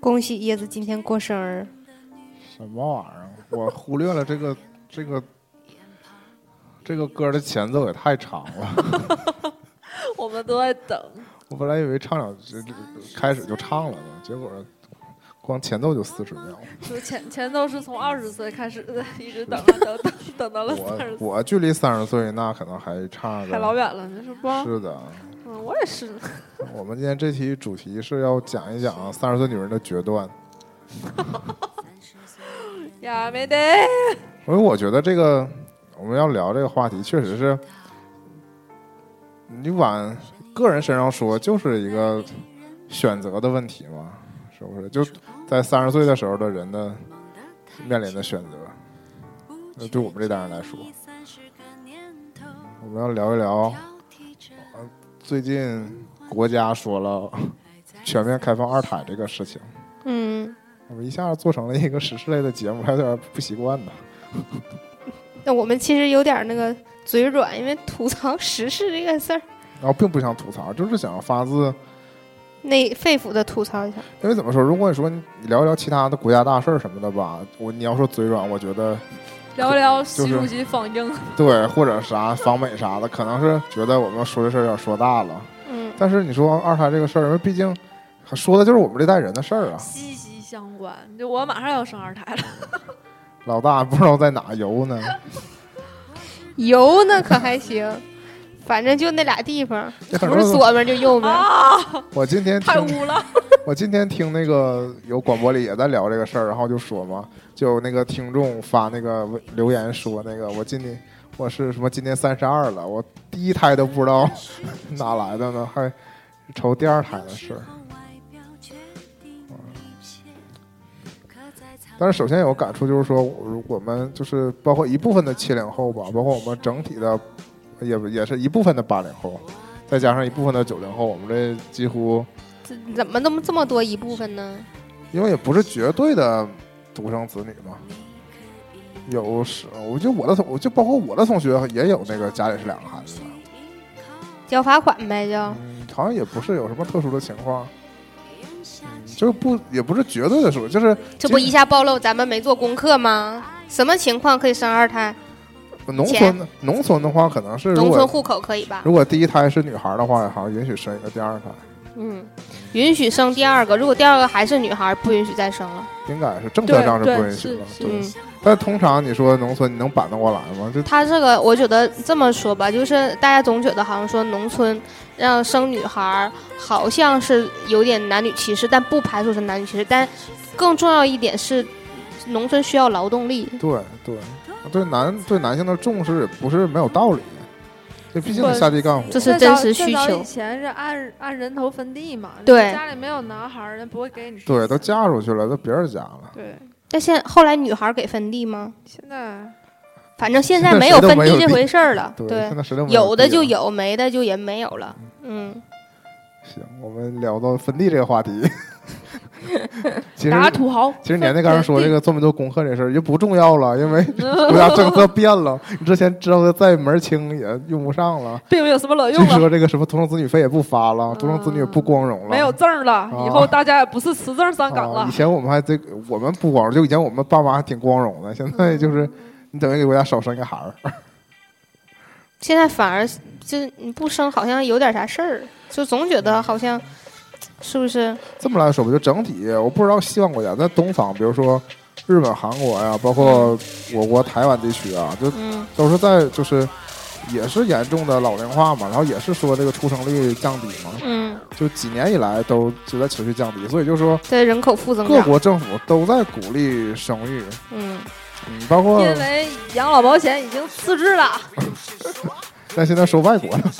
恭喜叶子今天过生日，什么玩意儿？啊我忽略了这个这个这个歌的前奏也太长了， 我们都在等。我本来以为唱两这这开始就唱了呢，结果光前奏就四十秒。就前前奏是从二十岁开始 的，一直等啊等等等到了三我十岁，我距离三十岁那可能还差还老着。远了呢，是不？是的，嗯，我也是。我们今天这期主题是要讲一讲三十岁女人的决断。呀没得，因为我觉得这个我们要聊这个话题，确实是你往个人身上说，就是一个选择的问题嘛，是不是？就在三十岁的时候的人的面临的选择，那对我们这代人来说，我们要聊一聊呃最近国家说了全面开放二胎这个事情。嗯，我们一下做成了一个时事类的节目，还有点不习惯呢。那我们其实有点那个嘴软，因为吐槽时事这个事儿，然后并不想吐槽，就是想发自内肺腑的吐槽一下。因为怎么说，如果你说你聊一聊其他的国家大事儿什么的吧， 我你要说嘴软，我觉得聊一聊就习是主席访英，对，或者啥访美啥的，可能是觉得我们说这事儿有点说大了。嗯，但是你说二胎这个事儿，因为毕竟说的就是我们这代人的事儿啊，息息相关。就我马上要生二胎了，老大不知道在哪游呢。油呢可还行，反正就那俩地方，这很不是多左边就右边。我今天太听，污 了。我今天听那个有广播里也在聊这个事儿，然后就说嘛，就有那个听众发那个微留言说，那个我今年我是什么今年三十二了，我第一胎都不知道哪来的呢，还愁第二胎的事儿。但是首先有感触就是说，我我们就是包括一部分的七零后吧，包括我们整体的，也也是一部分的八零后，再加上一部分的九零后，我们这几乎这怎么那么这么多一部分呢？因为也不是绝对的独生子女嘛。有是，我就我的同，我就包括我的同学也有那个家里是两个孩子的，交罚款呗，就嗯，好像也不是有什么特殊的情况，嗯、就是不也不是绝对的说，就是这不一下暴露咱们没做功课吗？什么情况可以生二胎？农村农村的话，可能是如农村果户口可以吧？如果第一胎是女孩的话，好像允许生一个第二胎，嗯，允许生第二个，如果第二个还是女孩，不允许再生了。应该是政策上是对不对允许的，是对。嗯，但通常你说农村，你能板得过来吗？就他这个我觉得这么说吧，就是大家总觉得好像说农村让生女孩儿好像是有点男女歧视，但不排除是男女歧视。但更重要一点是，农村需要劳动力。对对，对男对男性的重视也不是没有道理，这毕竟不是下地干活这。是最真早实需最早以求。前是按按人头分地嘛，对家里没有男孩儿，人不会给你。对，都嫁出去了，都别人家了。对，但现在后来女孩儿给分地吗？现在反正现在现在没谁有都分没地有这地回事儿了。对，对现，在谁都没 有的就地了。有，没的就也没有了。嗯，行，我们聊到分地这个话题， 其实打土豪。其实年代刚才说这个做没做功课这事儿就不重要了，因为个国家政策变了，你之前知道的再门儿清也用不上了。并没有什么卵据用了，说这个什么独生子女费也不发了，独生子女也不光荣了。哦没有证儿了，以后大家也不是持证上岗啊，了以。前我们还这，我们不光荣，就以前我们爸妈还挺光荣的，现嗯在就是你等于给国家少生一个孩儿。现在反而就是你不生好像有点啥事儿，就总觉得好像是不是？这么来说吧，就整体，我不知道西方国家，在东方，比如说日本、韩国呀，包嗯括我国台湾地区啊，就嗯都是在就是也是严重的老龄化嘛，然后也是说这个出生率降低嘛，嗯，就几年以来都就在持续降低，所以就是说对人口负增各长。国政府都在鼓励生育，嗯，嗯，包括因为养老保险已经自治了，哦但现在说外国了，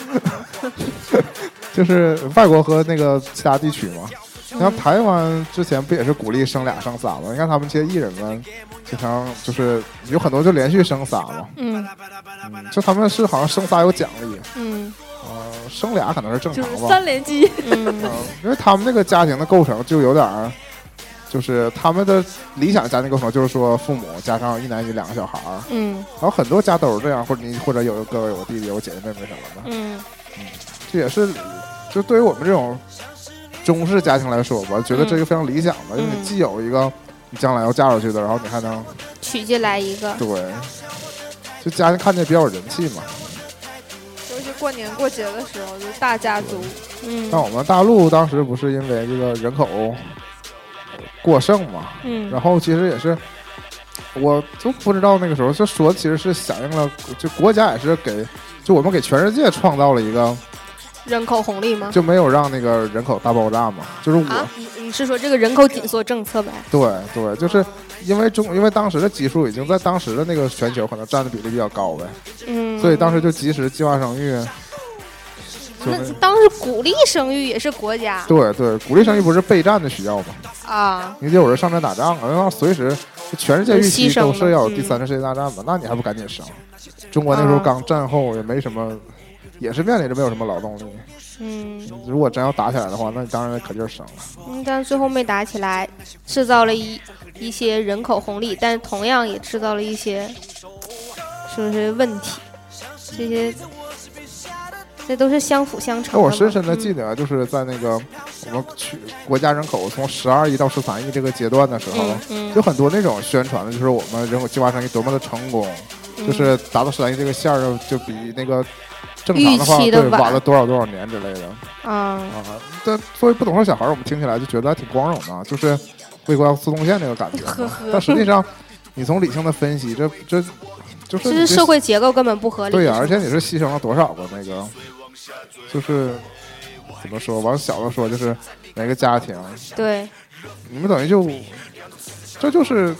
就是外国和那个其他地区嘛。你看台湾之前不也是鼓励生俩生仨吗？你看他们这些艺人们，经常就是有很多就连续生仨嘛，嗯嗯，就他们是好像生仨有奖励，嗯呃，生俩可能是正就常是吧，三连击。嗯嗯，因为他们那个家庭的构成就有点儿，就是他们的理想家庭构成就是说父母加上一男一女两个小孩儿，嗯然后很多家都是这样，或者你或者有个哥哥有个弟弟有个姐姐妹妹什么的，嗯，这也是就对于我们这种中式家庭来说吧，觉得这个非常理想的，因为嗯你既有一个你将来要嫁出去的，然后你还能娶进来一个，对，就家庭看起来比较有人气嘛。 嗯尤其过年过节的时候，就是大家族，哦嗯像我们大陆当时不是因为这个人口过剩嘛，嗯然后其实也是，我就不知道那个时候就说，其实是响应了，就国家也是给，就我们给全世界创造了一个，嗯人口红利吗？就没有让那个人口大爆炸嘛，就是我，啊，你你是说这个人口紧缩政策呗？对对，就是因为中，因为当时的基数已经在当时的那个全球可能占的比例比较高呗，嗯，所以当时就及时计划生育，啊就那是当时鼓励生育也是国家对对，鼓励生育不是备战的需要嘛，啊，你得有人上战打仗啊，那随时全世界预期都是要有第三次世界大战嘛，那你还不赶紧生？中国那嗯时候刚战后，也没什么，也是面临着没有什么劳动力。嗯，如果真要打起来的话，那你当然得可劲儿生了。嗯但最后没打起来，制造了一一些人口红利，但同样也制造了一些是不是问题？这些这都是相辅相那成的嘛。哎我深深的嗯记得，啊就是在那个我们去国家人口从十二亿到十三亿这个阶段的时候，嗯，就很多那种宣传的，就是我们人口计划生育多么的成功，嗯就是达到十三亿这个线儿，就比那个正常的话预期的对晚晚了多少多少年之类的。嗯啊，但作为不懂事儿小孩儿，我们听起来就觉得还挺光荣的啊，就是为国家做贡献这个感觉。啊呵呵但实际上，你从理性的分析，这这就是其实你社会结构根本不合理。对啊呀、而且你是牺牲了多少个那个，就是怎么说？往小了说，就是每个家庭，对你们等于就这就是。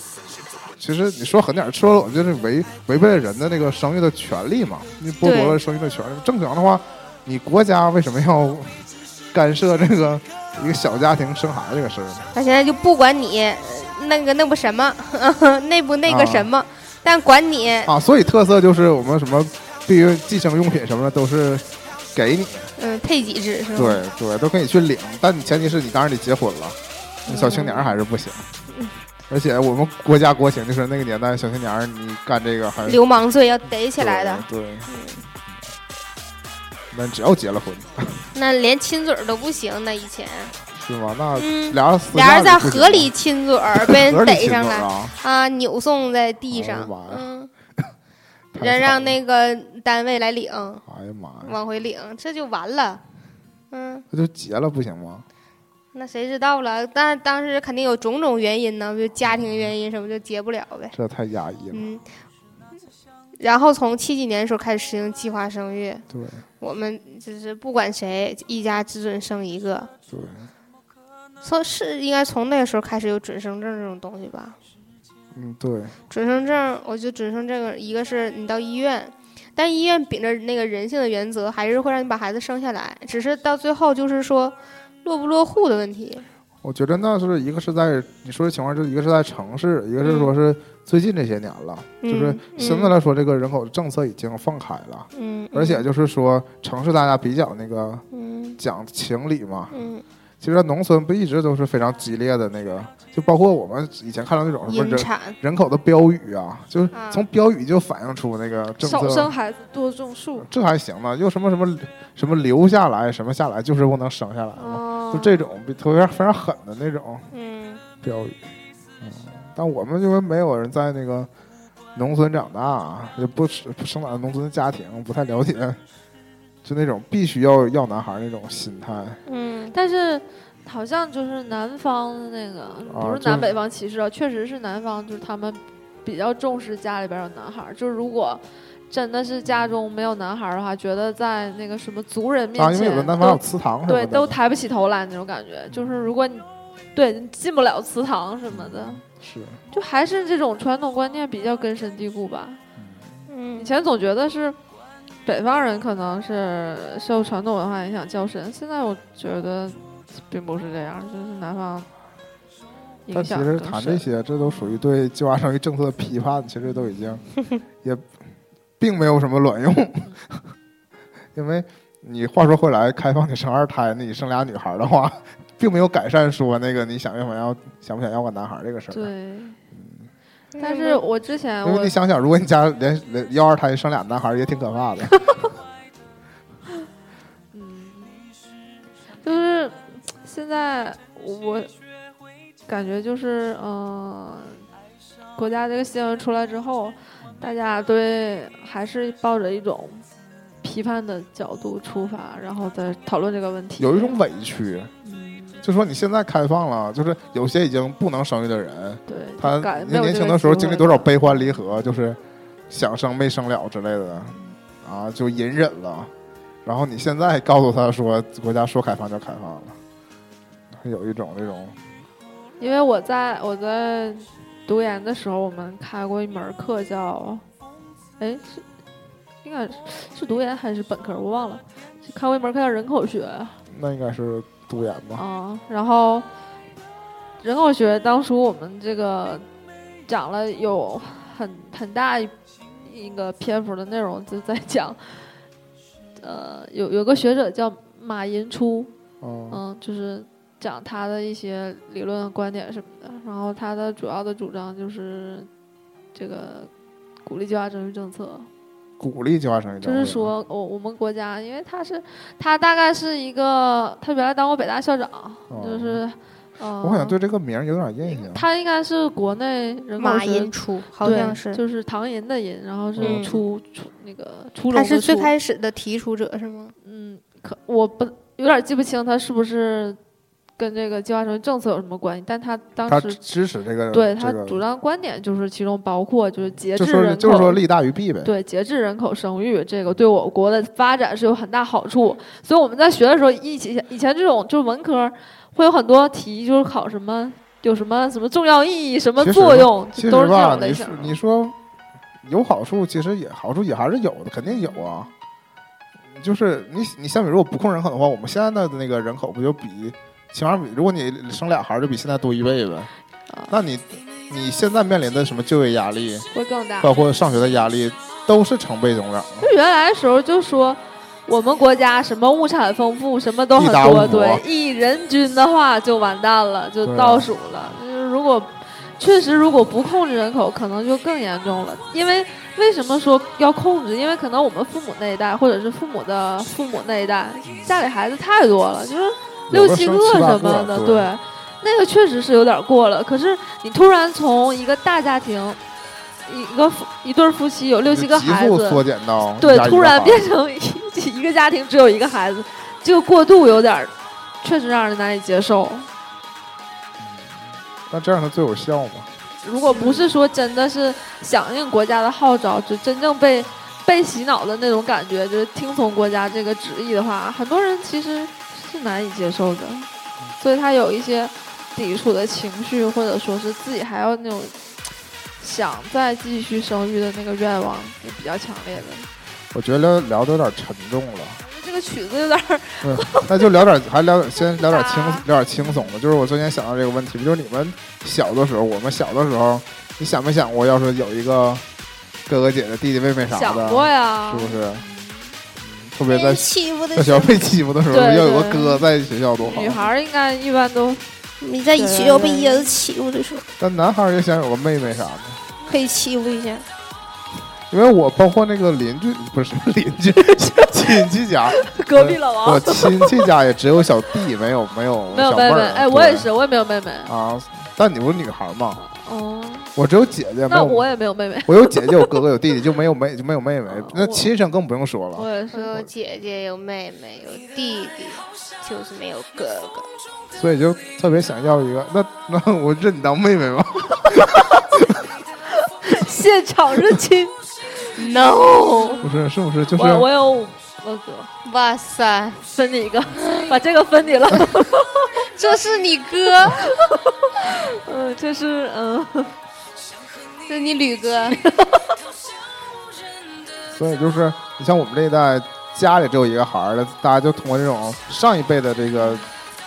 其实你说狠点儿，说了我们就是违违背了人的那个生育的权利嘛，你剥夺了生育的权利。正常的话，你国家为什么要 干涉这个一个小家庭生孩子这个事儿呢？他现在就不管你呃那个那不什么， 那不那个啊什么，但管你啊，所以特色就是我们什么避孕、计生用品什么的都是给你，嗯配几只是吧？对对，都可以去领，但你前提是你当然得结婚了，你小青年儿还是不行。而且我们国家国情就是那个年代，小青年儿你干这个还是流氓罪要逮起来的，，嗯对。对那只要结了婚，那连亲嘴儿都不行。那以前，是吗？那嗯，呃俩人私俩人下在就不行河里亲 嘴儿，被合理人逮亲上嘴儿来啊，啊，扭送在地哎呀上妈呀，嗯，太然后惨让了那个单位来领，哎呀妈呀，往回领，这就完了。嗯，那就结了不行吗？那谁知道了？但是当时肯定有种种原因呢，比如家庭原因什么就结不了呗。这太压抑了。嗯，然后从七几年的时候开始实行计划生育，对我们就是不管谁一家只准生一个，对，说是应该从那个时候开始有准生证这种东西吧？嗯对，准生证，我觉得准生这个一个是你到医院，但医院秉着那个人性的原则，还是会让你把孩子生下来，只是到最后就是说落不落户的问题。我觉得那是一个是在你说的情况，就是一个是在城市，一个嗯是说是最近这些年了，就是相对来说这个人口政策已经放开了，嗯，嗯而且就是说城市大家比较那个嗯讲情理嘛，嗯，其实农村不一直都是非常激烈的那个，就包括我们以前看到那种什么引人产，人口的标语啊，就是嗯啊从标语就反映出那个政少生策。孩子多种树。这还行吧，又什么什么什么留下来，什么下来，就是不能生下来嘛，嗯哦，就这种比特别非常狠的那种。嗯标语。嗯，但我们因为没有人在那个农村长大，也不是不生长在农村的家庭，不太了解，就那种必须要要男孩儿那种心态。嗯，但是好像就是南方那个，不是哦就是南北方歧视啊，确实是南方，就是他们比较重视家里边有男孩儿。就是如果真的是家中没有男孩儿的话，觉得在那个什么族人面啊，因前为有的都，南方有祠堂什么对的，都抬不起头来那种感觉。就是嗯如果你对你进不了祠堂什么的，是就还是这种传统观念比较根深蒂固吧。以嗯，前总觉得是北方人可能是受传统文化影响较深，现在我觉得并不是这样，就是南方但影其响更实谈这深。些，这都属于对计划生育政策的批判，其实都 已经也并没有什么卵用， 因为你话说回来，开放你生二胎，你生俩女孩儿的话，并没有改善说那个你想不想要想不想要个男孩儿这个事儿。啊对，但是我之前因为我你想想，如果你家连连要二胎生俩男孩儿也挺可怕的。嗯，现在我感觉就是，嗯、国家这个新闻出来之后，大家对还是抱着一种批判的角度出发，然后再讨论这个问题。有一种委屈，嗯，就说你现在开放了，就是有些已经不能生育的人，对，他就感没你有年这轻个的时候机经历会多少了悲欢离合，就是想生没生了之类的，啊，就隐忍了。然后你现在告诉他说，国家说开放就开放了，有一种这种因为我在我在读研的时候，我们开过一门课叫，哎，是应该是是读研还是本科，我忘了，是开过一门课叫人口学那应该是读研吧？啊。然后人口学当初我们这个讲了有很很大一一个篇幅的内容，就在讲，呃，有有个学者叫马寅初，嗯，嗯，就是讲他的一些理论观点什么的。然后他的主要的主张就是这个鼓励计划生育政策，鼓励计划生育就教育，是说我我们国家，因为他是他大概是一个，他原来当过北大校长，就哦是呃，我好像对这个名儿有点印象。他应该是国内人口马学寅初好对像是，就是唐寅的寅，然后是嗯出出那个出他笼是的最出开始的提出者是吗？嗯，可我不有点记不清他是不是跟这个计划生育政策有什么关系，但他当他时支持这个，对他这主个，张观点就是其中包括就是节就制说人口，就是说利大于弊呗。对节制人口生育这个对我国的发展是有很大好处，所以我们在学的时候，一起以前这种就是文科会有很多题就是考什么有什么什么重要意义什么其实作用，其实都是这吧种，类你型说的。你说有好处，其实也好处也还是有的，肯定有啊。就是你你像比如果不控人口的话，我们现在的那个人口不就比起码比如果你生俩孩儿就比现在多一倍呗啊。那你你现在面临的什么就业压力，会更大。包括上学的压力，都是成倍增长的。就原来的时候就说。我们国家什么物产丰富，什么都很一达五多，国对，一人均的话就完蛋了，就对啊倒数了。就是如果确实如果不控制人口，可能就更严重了。因为为什么说要控制？因为可能我们父母那一代，或者是父母的父母那一代，家里孩子太多了，就是嗯有六的七生个七八什个么的，对对，那个确实是有点过了。可是你突然从一个大家庭，一一个夫一对儿夫妻有六七个急孩速子，缩减到对压，抑突的然话变成一一个家庭只有一个孩子，这个过渡有点儿，确实让人难以接受。那这样它最有效吗？如果不是说真的是响应国家的号召，就真正被被洗脑的那种感觉，就是听从国家这个旨意的话，很多人其实是难以接受的，所以他有一些抵触的情绪，或者说是自己还要那种想再继续生育的那个愿望，也比较强烈的。我觉得聊的有点沉重了。这个曲子有点儿那就聊点，还聊点，先聊点轻啊，聊点轻松的。就是我昨天想到这个问题，不就是你们小的时候，我们小的时候，你想没想过，要是有一个哥哥姐姐、弟弟妹妹啥想的，过呀，是不是？特别在欺负的在学校被欺负的时候，对要有个对哥在学校多好女。孩儿应该一般都 你在学校被椰子欺负的时候，但男孩儿也想有个妹妹啥的，可以欺负一下。因为我包括那个邻居，不是什么邻居，亲戚家，隔壁老王我亲戚家也只有小弟，没有没有没有呃小妹妹妹儿。，啊哎，对我也是，我也没有妹妹，啊。但你不是女孩儿嘛，哦，我只有姐姐，没那有啊我也没有妹妹，我有姐姐，有哥哥，有弟弟，就没有妹，就没有妹妹啊。那我亲生更不用说我了。也是我，有姐姐，有妹妹，有弟弟，就是没有哥哥。所以就特别想要一个。那 那我认你当妹妹 吧。 现场认亲， No！不是，是不是？就是我我有五，我哇塞，分你一个， 把这个分你 了，这是你哥，嗯，这是嗯，这是你吕哥。所以就是，你像我们这一代，家里只有一个孩儿的，大家就通过这种上一辈的这个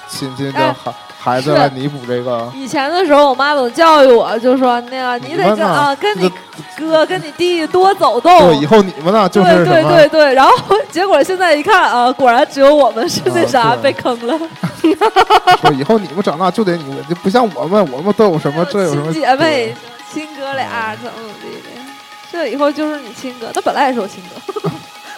亲戚的哎孩孩子是来弥补这 个。以前的时候，我妈总教育我，就说那个你得们跟呢啊跟这你个哥跟你弟弟多走对，动以。后你们呢，就是对什对么对对，然后结果现在一看啊，果然只有我们是那啊啥被对坑 了，说以后你们长大就得你们，就不像我们，我们都有什么啊这有什 么嗯亲姐妹、亲哥俩怎么怎么地的，这以后就是你亲哥，那本来也是我亲哥，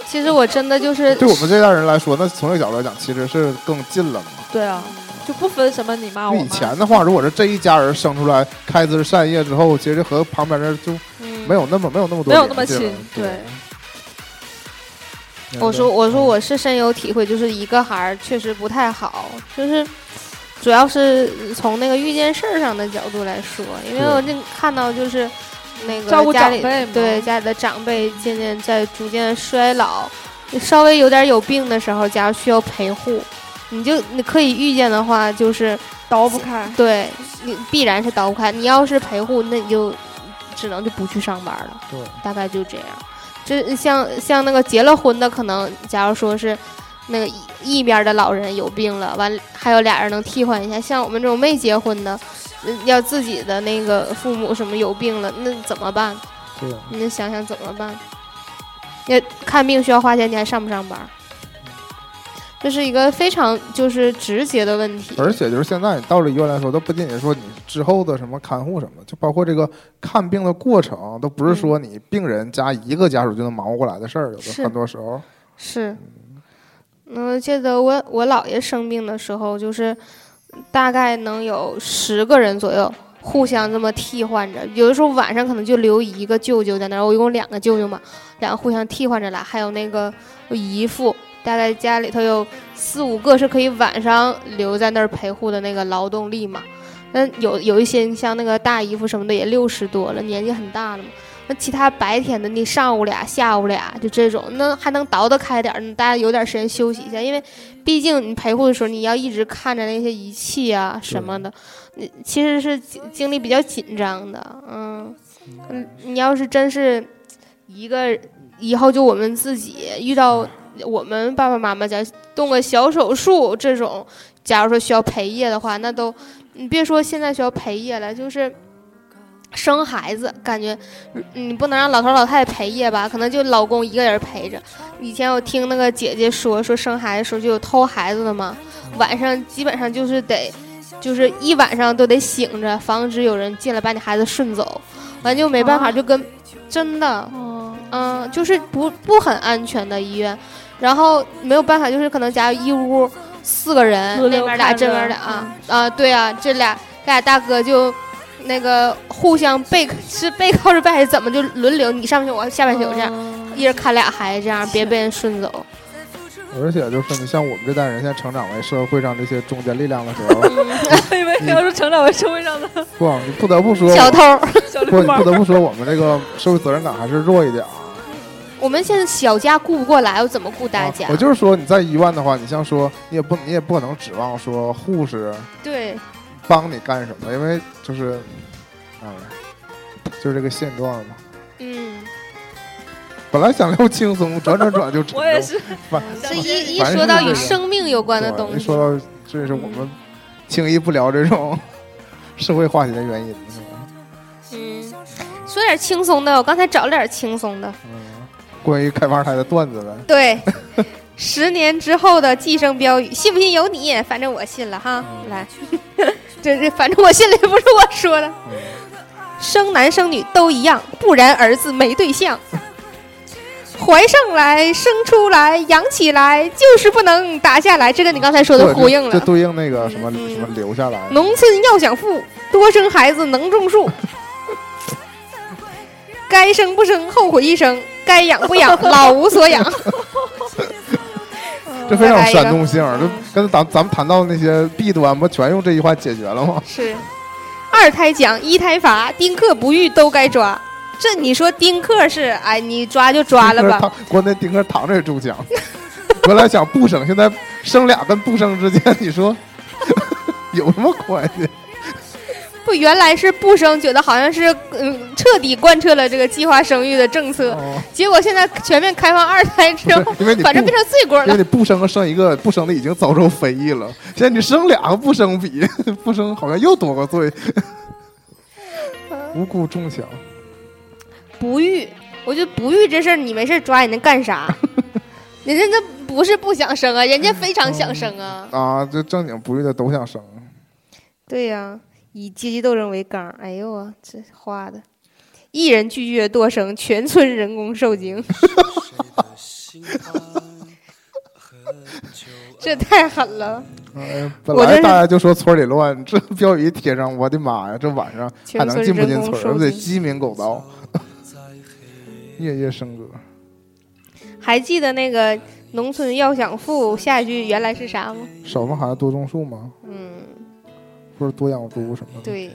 其实我真的就是对我们这代人来说，那从这个角度来讲，其实是更近了嘛。对啊，啊就不分什么你啊骂我以骂。前的话，如果是这一家人生出来开枝散叶之后，其实和旁边人就嗯没有那么没有那么多没有那么联系了亲对。嗯我说，我说我是深有体会，就是一个孩儿确实不太好，就是主要是从那个遇见事儿上的角度来说，因为对我那看到就是那个照顾家里长辈嘛对家里的长辈渐渐在逐渐衰老，稍微有点有病的时候，假如需要陪护，你就你可以预见的话，就是倒不开，对你必然是倒不开，你要是陪护，那你就只能就不去上班了。对，大概就这样。这像像那个结了婚的，可能假如说是那个一一边的老人有病了，完还有俩人能替换一下。像我们这种没结婚的，嗯要自己的那个父母什么有病了，那怎么办？对，对你想想怎么办？那看病需要花钱，你还上不上班？这是一个非常就是直接的问题。而且就是现在，你到了医院来说，都不仅仅说你之后的什么看护什么，就包括这个看病的过程，都不是说你病人加一个家属就能忙活过来的事儿。有的是很多时候，是，嗯，记得我我姥爷生病的时候，就是大概能有十个人左右，互相这么替换着。有的时候晚上可能就留一个舅舅在那儿，我一共两个舅舅嘛，两个互相替换着来，还有那个姨父，大概家里头有四五个是可以晚上留在那儿陪护的那个劳动力嘛。那有有一些，你像那个大姨夫什么的，也六十多了，年纪很大了嘛。那其他白天的，你上午俩，下午俩，就这种，那还能倒得开点儿，那大家有点时间休息一下，因为毕竟你陪护的时候，你要一直看着那些仪器啊什么的，你其实是精精力比较紧张的，嗯，嗯，你要是真是一个以后就我们自己遇到我们爸爸妈妈讲动个小手术这种，假如说需要陪夜的话，那都你别说现在需要陪夜了，就是生孩子，感觉嗯你不能让老头老太太陪夜吧，可能就老公一个人陪着。以前我听那个姐姐说，说生孩子的时候就有偷孩子的嘛，晚上基本上就是得。就是一晚上都得醒着，防止有人进来把你孩子顺走，完就没办法，啊就跟真的，哦，嗯，就是不不很安全的医院，然后没有办法，就是可能假如一屋四个人，轮那流边俩看这着边俩啊、啊，对啊，这俩这俩大哥就那个互相背是背靠着背还是怎么，就轮流你上半宿我下半宿这样，样一人看俩孩子这样，别被人顺走。而且就是你像我们这代人现在成长为社会上这些中坚力量的时候，以为要是成长为社会上的 不，你不得不说，小偷儿， 小不，流你氓不，得不说，我们这个社会责任感还是弱一点儿。啊我们现在小家顾不过来，我怎么顾 大家？哦我就是说，你在医院的话，你像说，你也不，你也不可能指望说护士对，帮你干什么，因为就是，哎，就是这个现状嘛。嗯，本来想聊轻松，转转转就 沉我也是，反 这是一一反正说就到是与这个生命有关的东一西说，到这是我们轻易不聊这种社会话题的原因，是吧嗯，说点轻松的，我刚才找了点轻松的。嗯，关于开发台的段子呗。对，十年之后的计生标语，信不信由你，反正我信了哈。嗯来， 这这反正我信了，也不是我说的。嗯生男生女都一样，不然儿子没对象。怀上来，生出来，养起来，就是不能打下来。这跟你刚才说的对呼应这这。了对应那个什么嗯什么留下来，农村要想富，多生孩子能 种树。该生不生，后悔一生；该养不养，老无所养。这非常有再来一个煽动性。这刚才咱咱们谈到那些弊端，不全用这句话解决 了吗？是，二胎奖，一胎罚，丁克不育都该抓。这你说丁克是，哎，你抓就抓了丁克吧。躺，关键丁克躺着也中 奖。原来想不生，现在生俩跟不生之间，你说 有什么关系？不，原来是不生，觉得好像是嗯彻底贯彻了这个计划生育的政策，哦结果现在全面开放二胎之后 不，是因为你反正不变成罪过因为了。你不生和生一个，不生的已经遭受非议了。现在你生俩和不生比， 不生好像又多个罪， 无辜中奖。不育，我觉得不育这事儿，你没事儿抓人家 干啥？人家这不是不想生啊，人家非常想生啊。啊，这正经不育的都想生。对呀、以阶级斗争为纲。哎呦啊，这花的，一人拒绝堕生，全村人工受 精，这太狠了。哎本我来真是大家就说村里乱， 这标语一贴上，我的妈呀，这晚上还全能村进不进人工村儿？受不得精鸡鸣狗盗， 夜夜笙歌。还记得那个农村要想富，下一句原来是啥吗？少种孩子多种树嘛，嗯，或者多养猪什么的，对，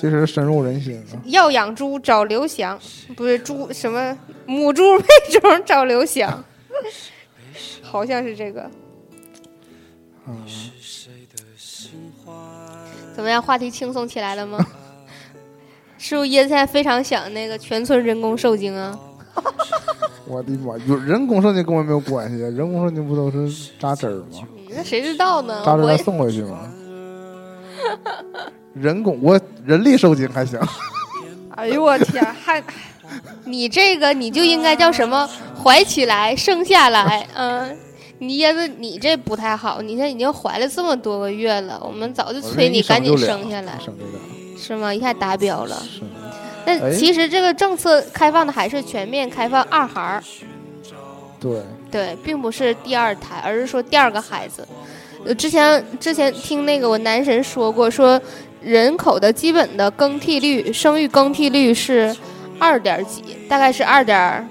其实深入人心啊。要养猪找刘翔，不是猪什么母猪配种找刘翔，好像是这个。嗯，怎么样，话题轻松起来了吗？ 是不是椰菜非常想那个全村人工受精啊？我的妈，有人工受精跟我没有关系，人工受精不都是扎针儿吗？嗯那谁知道呢？扎针我再也送回去吗？ 人工我人力受精还行，哎呦我天，还你这个你就应该叫什么？怀起来，生下来，嗯。你椰子，你这不太好，你现在已经怀了这么多个月了，我们早就 催你赶紧生下来一，生就俩是吗？一下达标了。是那哎其实这个政策开放的还是全面开放二孩儿，对，对，并不是第二胎，而是说第二个孩子。呃，之前之前听那个我男神说过，说人口的基本的更替率，生育更替率是二点几，大概是二点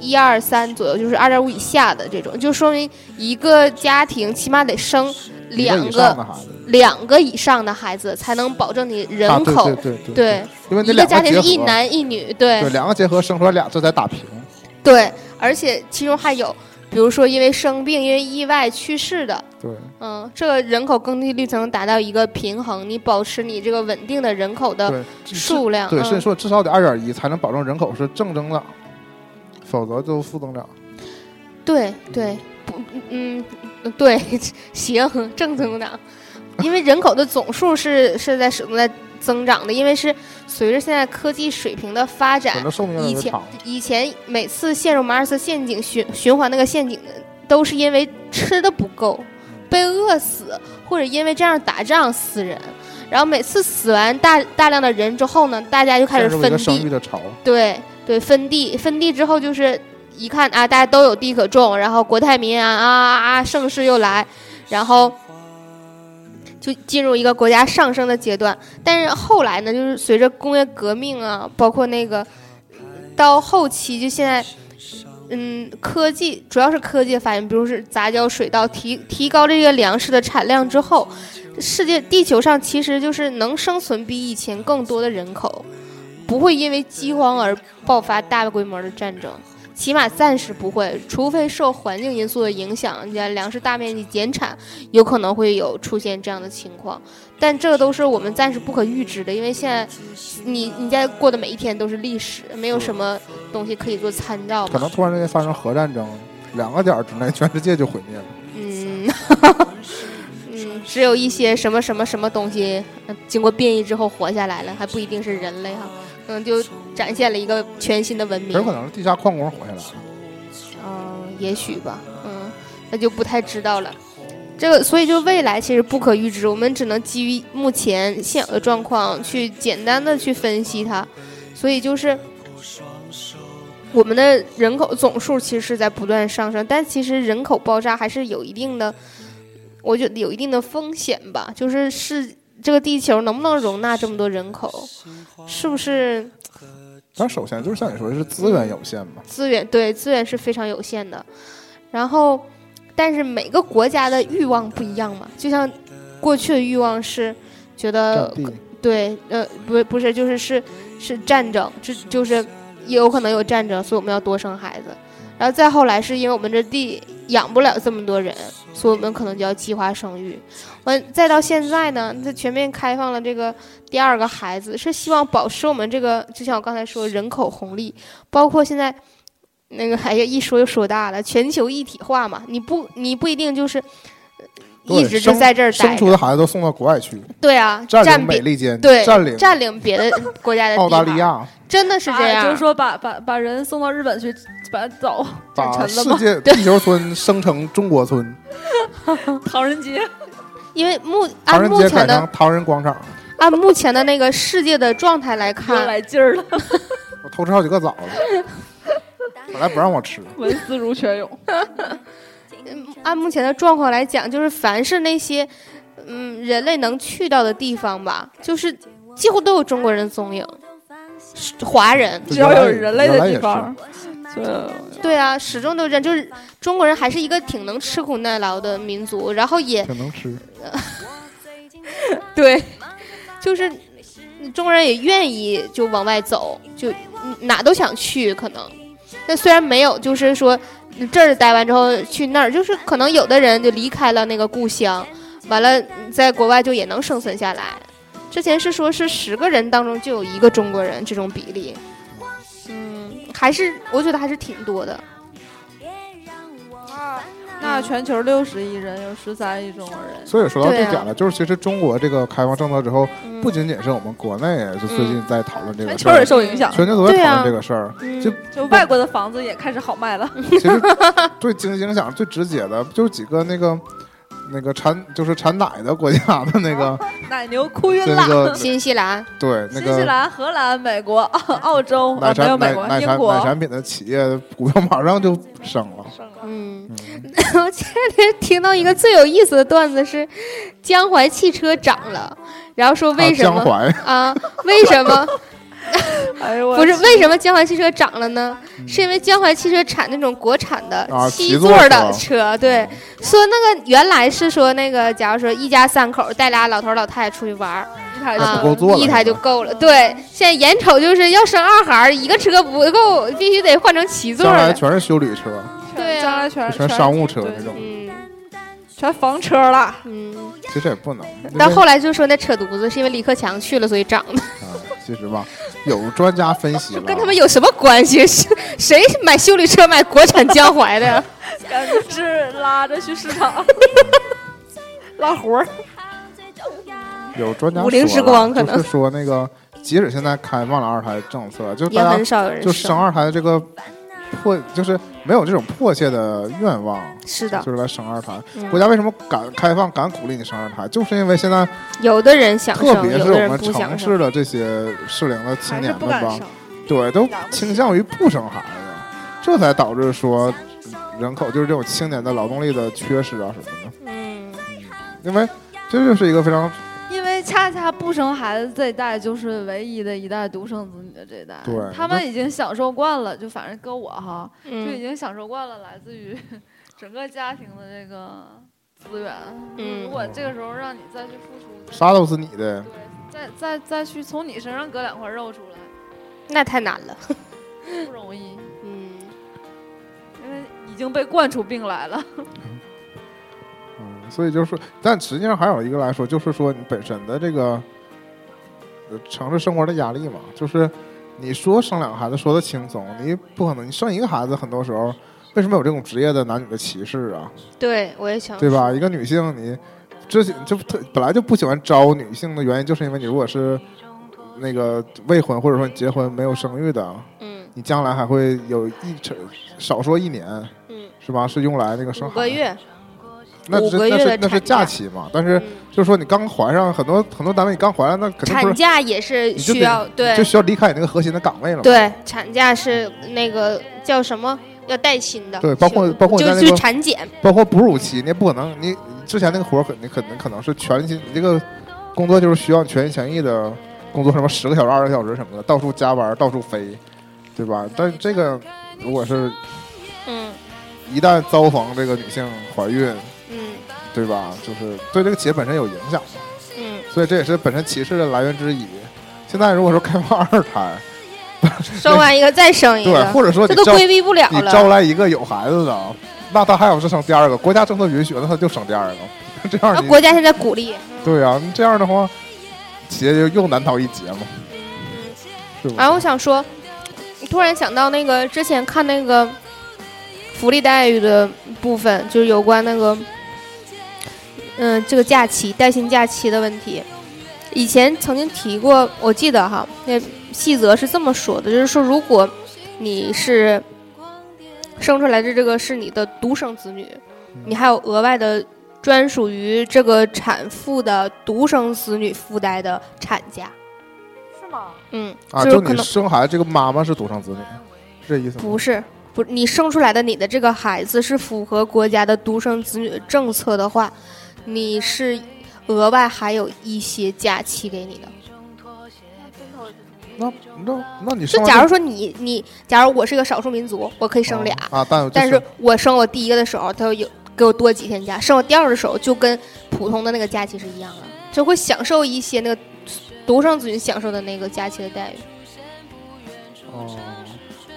一二三左右，就是二点五以下的这种，就说明一个家庭起码得生一两以上个的孩子，两个以上的孩子，才能保证你人啊口、对对对，因为你一个两家结庭合啊是一男一女，对对两个结合生出来俩，这才打平。对，而且其中还有，比如说因为生病、因为意外去世的，对，嗯，这个人口更替率才能达到一个平衡，你保持你这个稳定的人口的对，至数量。对，嗯甚至说至少得二点一才能保证人口是正增长，否则就负增长。对对，不，嗯，对， 行，正增长，因为人口的总数是是在始终在增长的，因为是随着现在科技水平的发可展能，寿命越来以越前长，以前每次陷入马尔斯陷阱循循环那个陷阱的，都是因为吃的不够，被饿死，或者因为这样打仗死人。然后每次死完大大量的人之后呢，大家就开始陷入一分个生地育，的潮。对对，分地，分地之后就是一看啊，大家都有地可种，然后国泰民安啊啊啊，盛世又来，然后就进入一个国家上升的阶段。但是后来呢，就是随着工业革命啊，包括那个到后期，就现在。嗯，科技主要是科技的发展，比如是杂交水稻，提提高这个粮食的产量之后，世界地球上其实就是能生存比以前更多的人口。不会因为饥荒而爆发大规模的战争，起码暂时不会，除非受环境因素的影响，你看粮食大面积减产，有可能会有出现这样的情况。但这都是我们暂时不可预知的，因为现在你你在过的每一天都是历史，没有什么东西可以做参照可嘛。能突然之间发生核战争，两个点儿之内 全世界就毁灭了。嗯，嗯，只有一些什么什么什么东西呃经过变异之后活下来了，还不一定是人类哈，嗯，就展现了一个全新的文明。很有可能是地下矿工活下来了。嗯，也许吧，嗯，那就不太知道了。这个，所以就未来其实不可预知，我们只能基于目前现有的状况去简单的去分析它。所以就是我们的人口总数其实是在不断上升，但其实人口爆炸还是有一定的，我觉得有一定的风险吧。就是是这个地球能不能容纳这么多人口，是不是？但首先就是像你说的是资源有限嘛，资源对资源是非常有限的。然后，但是每个国家的欲望不一样嘛，就像过去的欲望是占觉得地对，呃，不不是，就是是是战争，这就是也有可能有战争，所以我们要多生孩子。然后再后来是因为我们这地养不了这么多人，所以我们可能就要计划生育。完，再到现在呢，它全面开放了这个第二个孩子，是希望保持我们这个，就像我刚才说人口红利，包括现在那个，哎呀，一说又说大了，全球一体化嘛，你不你不一定就是呃对一直就生在这儿待生出着，的孩子都送到国外去，对啊，占占领比美利坚，对占领占 领别的国家的地澳大利盘，亚，真啊的是这样。就是说把把把人送到日本去，把他走，整把沉了世吧，界地球村生成中国村，唐人街。因为目唐按人啊目街前改成的唐人广场，按目前的那个世界的状态来又看，来劲儿了，我偷吃好几个枣子，本来不让我吃，文思如泉涌。嗯按目前的状况来讲，就是凡是那些嗯人类能去到的地方吧，就是几乎都有中国人的踪影，是华人。只要有人类原来的地也是方，就对啊，始终都是这样。就是中国人还是一个挺能吃苦耐劳的民族，然后也挺能吃。 对，就是中国人也愿意就往外走，就哪都想去，可能。那虽然没有，就是说这儿待完之后去那儿，就是可能有的人就离开了那个故乡，完了在国外就也能生存下来。之前是说是十个人当中就有一个中国人这种比例，嗯，还是我觉得还是挺多的。那全球六十亿人，有十三亿中国人，所以说到这对啊点了，就是其实中国这个开放政策之后，嗯不仅仅是我们国内，啊就最近在讨论这个全事球儿也，受影响，全球都在对讨啊论这个事儿。 嗯就就外国的房子也开始好卖了。其实对经济影响最直接的就是几个那个那个产就是产奶的国家的那个奶牛哭晕就了那。个哦新西兰，对那新西个兰、荷兰、美 国、澳澳洲啊奶，没有产美奶国，奶英产奶国。产品的企业股票马上就升了。嗯，嗯， 我前两天听到一个最有意思的段子是，江淮汽车涨了，然后说还有为什江么淮啊 为什么哎呦，我不是为什么江淮汽车涨了呢？是因为江淮汽车产那种国产的啊七七座座车嗯儿的车，对，说那个原来是说那个，假如说一家三口带俩老头儿老太太出去玩儿，一台那啊不够坐了一台就够了。对，现在眼瞅就是要生二孩儿，一个车不够，必须得换成七座将儿来的。全是修理车，对啊将来全全商务车那种，嗯全房车了。嗯，其实也不 能。因但为后来就说那扯犊子是因为李克强去了所以涨的，啊，其实吧，有专家分析了，跟他们有什么关系？是谁买修理车买国产江淮的呀？ 感觉是拉着去市场 拉活儿。有专家武林说之了光可能就是说那个，即使现在开放了二胎政策，就也大家很少有人就生二胎的这个迫，就是没有这种迫切的愿望，是的，就是来生二胎。嗯国家为什么敢开放、敢鼓励你生二胎，就是因为现在有的人想生，特别是有的我人们不想城生。市的这些适龄的青还年是不们敢吧生，，对，都倾向于不生孩子，这才导致说人口就是这种青年的劳动力的缺失啊什么的。嗯，因为这就是一个非常因为恰恰不生孩子这一代就是唯一的一代独生子女的这一代，对他们已经享受惯了，就反正搁我哈，就已嗯经享受惯了来自于整个家庭的这个资源。嗯如果这个时候让你再去付出，啥都是你的对，，再再再去从你身上割两块肉出来，那太难了。不容易，嗯，因为已经被惯出病来了。嗯，所以就是说，但实际上还有一个来说，就是说你本身的这个呃城市生活的压力嘛，就是你说生两个孩子说的轻松，你不可能，你生一个孩子很多时候为什么有这种职业的男女的歧视啊，对，我也想对吧？一个女性你之前就特本来就不喜欢招女性的原因，就是因为你如果是那个未婚或者说你结婚没有生育的，嗯你将来还会有一少说一年嗯，是吧？是用来那个生五孩个子，月，那五是个那月是的那是产假假期嘛，但是。嗯就是说你刚怀上，很多很多单位你刚怀上，那肯定不产是假也是你就需得要对就需要离开你那个核心的岗位了嘛。对，产假是那个叫什么要带薪的，对包括包括在就那去个产检，包括哺乳期，你也不可能，你你之前那个活儿肯定肯定可能是全心，你这个工作就是需要你全心全意的工作，什么十个小时、二十个小时什么的，到处加班，到处飞，对吧？但是这个如果是嗯一旦遭逢这个女性怀孕，嗯对吧？就是对这个企业本身有影响嘛，嗯，所以这也是本身歧视的来源之一。现在如果说开放二胎，生完一个再生一对，个，或者说这你都招规避不了你了招。来一个有孩子的，那他还有是生第二个，国家政策允许，那他就生第二个。 这样那你、国家现在鼓励，对啊，你这样的话，企业就又难逃一劫嘛，是吧？然啊后我想说，突然想到那个之前看那个福利待遇的部分，就是有关那个，嗯、这个假期带薪假期的问题。以前曾经提过，我记得哈，那细则是这么说的，就是说如果你是生出来的这个是你的独生子女，你还有额外的专属于这个产妇的独生子女附带的产假。是吗？嗯，啊，就是就可你能生孩子这个妈妈是独生子女，是这意思吗？不是，不，你生出来的你的这个孩子是符合国家的独生子女政策的话，你是额外还有一些假期给你的。那那那你就生完假如说你你，假如我是一个少数民族，我可以生俩，啊，但但就是我生我第一个的时候，他有给我多几天假；生我第二个的时候，就跟普通的那个假期是一样的，就会享受一些那个独生子女享受的那个假期的待遇。哦，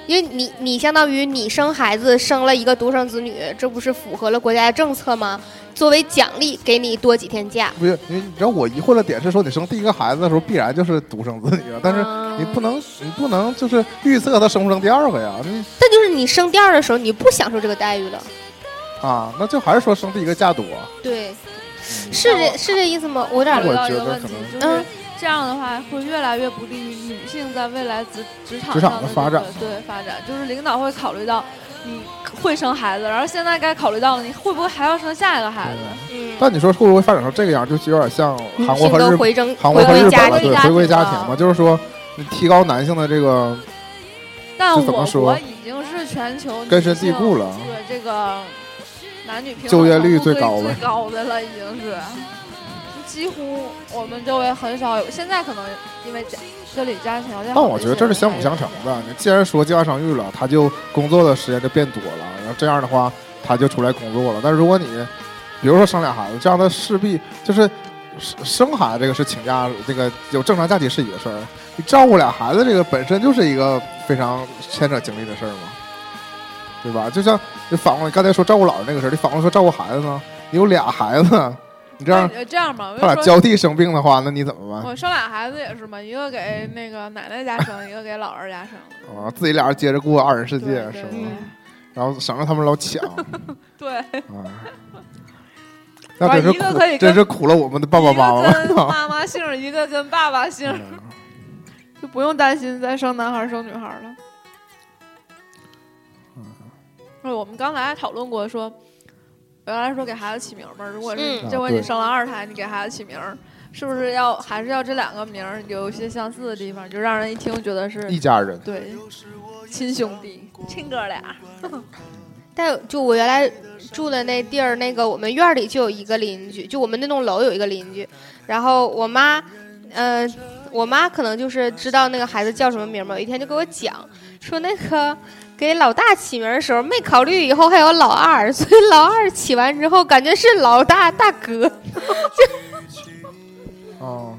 因为你你相当于你生孩子生了一个独生子女，这不是符合了国家的政策吗？作为奖励给你多几天假。不是，因为你知道我疑惑的点是说，你生第一个孩子的时候必然就是独生子女了，但是嗯你不，能你不能就是预测他生不生第二个呀，你但就是你生第二的时候，你不享受这个待遇了。啊，那就还是说生第一个价多。嗯对，是这是这意思吗？我有点考儿虑我到一觉个得问可题，能就是嗯这样的话会越来越不利于女性在未来职职场职上场的的发这展个对发展，就是领导会考虑到你会生孩子，然后现在该考虑到了你会不会还要生下一个孩子。嗯，但你说会不会发展成这个样，就有点像韩国性和格日回正韩国回和日归本家了，对，庭啊家回归庭家了庭嘛，就是说你提高男性的这个但这怎么我说国已经是全球根深蒂固了，了。啊是这个男女平等就业程率度最最高最呗高的了，已经是几乎我们周围很少有。现在可能因为家这里家庭条件好一些，但哦我觉得这是相辅相成的。你既然说计划生育了，他就工作的时间就变多了，然后这样的话他就出来工作了。但如果你比如说生俩孩子，这样他势必就是生生孩子这个是请假，这个有正常假期是一个事儿，你照顾俩孩子这个本身就是一个非常牵扯精力的事儿嘛，对吧？就像你反过来，你刚才说照顾老人那个事儿，你反过来说照顾孩子呢？你有俩孩子，你这样那你这样吧，我他就俩说。交替生病的话，那你怎么办？我生俩孩子也是嘛，一个给那个奶奶家生，一个给姥姥家生。啊，自己俩人接着过二人世界对是对吗？然后省着他们老 抢对，啊。那真是一个可苦，以跟真是苦了我们的爸爸妈妈嗯一个跟了。妈妈姓，一个跟爸爸姓，就不用担心再生男孩生女孩了。嗯对，我们刚才还讨论过说，原来说给孩子起名嘛，如果是嗯这回啊对你生了二胎，你给孩子起名，是不是要还是要这两个名儿有一些相似的地方，就让人一听觉得是 一家 人，对亲兄弟、亲哥俩。但就我原来住的那地儿，那个我们院儿里就有一个邻居，就我们那栋楼有一个邻居，然后我妈，呃，我妈可能就是知道那个孩子叫什么名儿嘛，有一天就给我讲说那个。给老大起名儿的时候没考虑以后还有老二，所以老二起完之后感觉是老大大 哥。啊，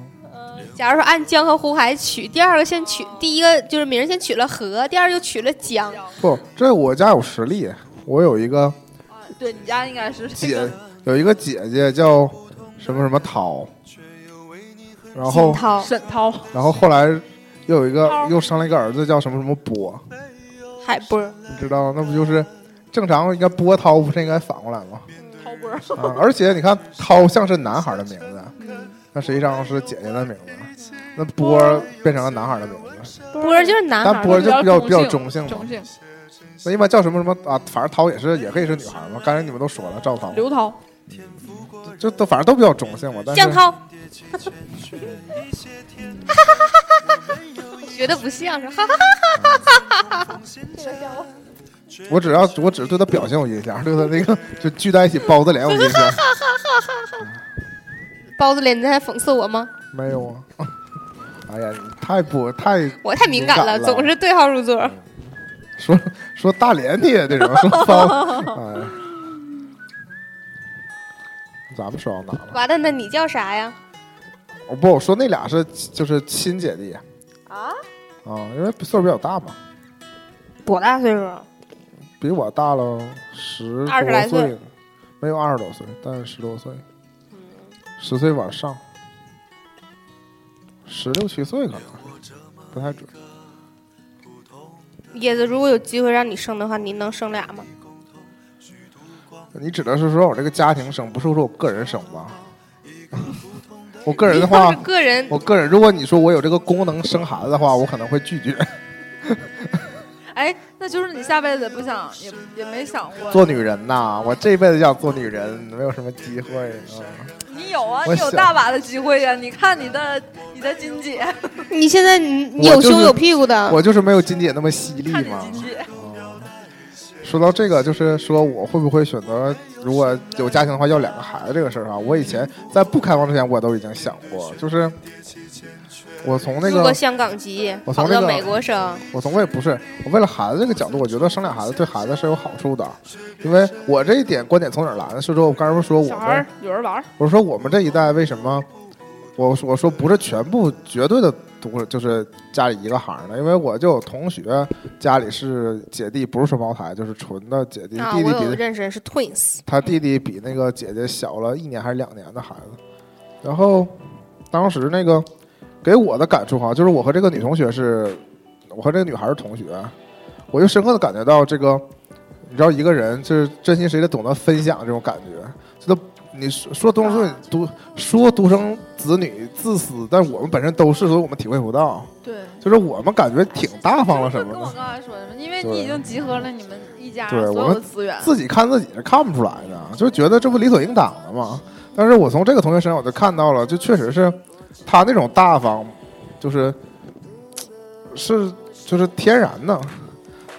假如说按江和湖海取，第二个先取，第一个就是名儿先取了河，第二又取了嗯江。不，这我家有实力。我有一个啊，对你家应该是这姐个，有一个姐姐叫什么什么涛，然后金涛、沈涛，然后后来又有一个涛又生了一个儿子叫什么什么波，海波儿，你知道吗那不就是正常应该波涛不是应该反过来 吗？涛波儿。啊，而且你看涛像是男孩的名字， 那实际上是姐姐的名字，那波儿变成了男孩的名字，波儿就是男孩但儿波儿嘛，就比较比较中性嘛中。性，那一般叫什么什么啊，反正涛也是也可以是女孩嘛。刚才你们都说了，赵涛刘涛，就都反正都比较中性嘛。但江是涛。 学的不像是，哈哈我只要我只是对他表现有印象，对他那个就聚在一起包着脸有印象， 包子脸，你在讽刺我吗？没有啊。哎呀，你太不太 我太敏感敏了，感了总是对号入座。说说大连的这种 说包，哎，咱们说到哪了？完了，那你叫啥呀？我哦不，我说那俩是就是亲姐弟啊啊，因为岁数比较大嘛，多大岁数？比我大了十20多来岁嗯岁，没有二十多岁，但十多岁，十岁往上，十六七岁可能不太准。椰子，如果有机会让你生的话，你能生俩吗？你指的是说我这个家庭生，不是说我个人生吧？ 我个人的你要话是，个人，我个人，如果你说我有这个功能生孩子的话，我可能会拒绝哎，那就是你下辈子不想也也没想过，做女人呐。我这辈子想做女人，没有什么机会啊。你有啊，我你有想大把的机会呀、你看你的你的金姐，你现在你你我有就是胸有屁股的，我就是没有金姐那么犀利看你嘛。金姐，哦说到这个，就是说我会不会选择，如果有家庭的话要两个孩子这个事儿啊，我以前在不开放之前我都已经想过，就是我从那入过个香港籍，我从跑那到个美国生，我从为不是我为了孩子这个角度，我觉得生俩孩子对孩子是有好处的，因为我这一点观点从哪儿来呢？是说我刚才不是说我小孩们儿有人玩儿，我说我们这一代为什么？我我说不是全部绝对的独，就是家里一个孩儿的，因为我就有同学家里是姐弟，不是双胞胎，就是纯的姐弟，啊，弟我弟有比认识人是 twins，他弟弟比那个姐姐小了一年还是两年的孩子。然后当时那个给我的感触哈，就是我和这个女同学是，我和这个女孩儿是同学，我就深刻的感觉到这个，你知道一个人就是真心实意的懂得分享这种感觉，这都你说说独生子独说独生子女自私，但我们本身都是，所以我们体会不到，对，就是我们感觉挺大方了什么跟我的，刚才说的，因为对你已经集合了你们一家对所我有们的资源，自己看自己是看不出来的，就觉得这不理所应当的嘛。但是我从这个同学身上我就看到了，就确实是他那种大方，就是是就是天然的，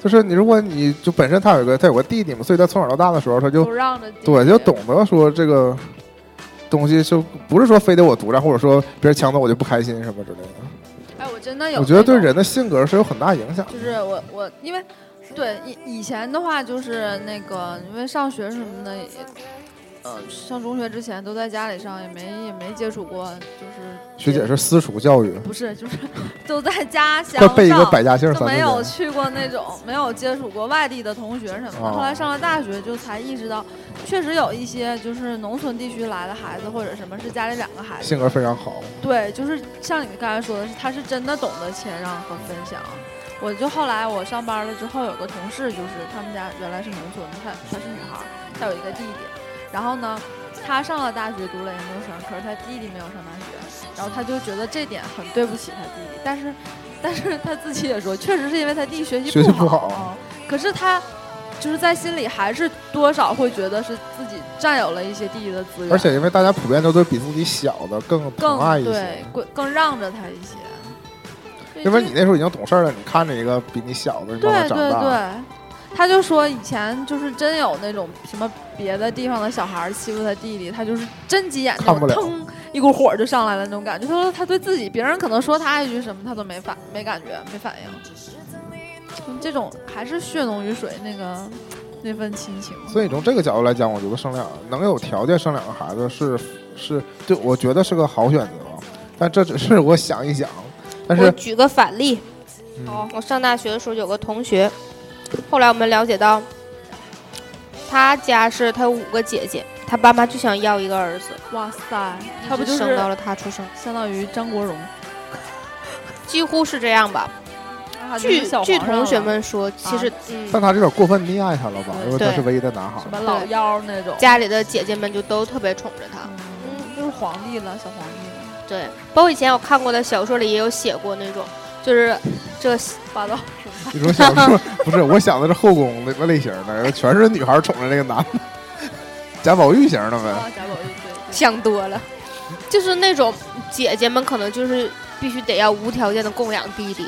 就是你如果你就本身他有一个他有个弟弟嘛，所以他从小到大的时候他就都让着弟弟对就懂得说这个东西就不是说非得我独占，或者说别人抢走我就不开心什么之类的。哎，我真的有那种，我觉得对人的性格是有很大影响的。就是我我因为对以以前的话就是那个因为上学什么的，也呃上中学之前都在家里上，也没也没接触过，就是学姐是私塾教育，不是就是 都在家乡快背一个上百家姓儿就三字没经。有去过那种，没有接触过外地的同学什么的。哦后来上了大学，就才意识到，确实有一些就是农村地区来的孩子，或者什么是家里两个孩子。性格非常好。对，就是像你刚才说的是，他是真的懂得谦让和分享。我就后来我上班了之后，有个同事就是他们家原来是农村，她她是女孩儿，她有一个弟弟，然后呢，她上了大学读了研究生，可是她弟弟没有上大学，然后她就觉得这点很对不起她弟弟，但是但是她自己也说，确实是因为她弟学习学习不好啊、可是她就是在心里还是多少会觉得是自己占有了一些弟弟的资源，而且因为大家普遍都对比自己小的更更疼爱一些对，，更更让着他一些。对因为这你那时候已经懂事儿了，你看着一个比你小的，你慢对慢长对大，对，他就说以前就是真有那种什么别的地方的小孩儿欺负他弟弟，他就是真急眼那看不种，了腾一股火就上来了那种感觉。他说他对自己，别人可能说他一句什么，他都没反没感觉没反应。嗯这种还是血浓于水那个那份亲情。所以从这个角度来讲，我觉得生两能有条件生两个孩子是是对，我觉得是个好选择。但这只是我想一想，但我是举个反例，哦嗯，我上大学的时候有个同学，后来我们了解到，他家是他有五个姐姐，他爸妈就想要一个儿子，哇塞，一他不直就生是到了他出生，相当于张国荣？几乎是这样吧。啊据据同学。就是小皇上了啊们啊说，其实、嗯，但他这点过分溺爱他了吧？因为他对是唯一的男孩什。么老妖那种，家里的姐姐们就都特别宠着他。嗯，就是皇帝了，小皇帝了，对，包括以前我看过的小说里也有写过那种，就是这霸道。你说小说不是？我想的是后宫那个类型的，全是女孩宠着那个男的，贾宝玉型的呗。啊，贾宝玉对对想多了，就是那种姐姐们可能就是必须得要无条件的供养弟弟。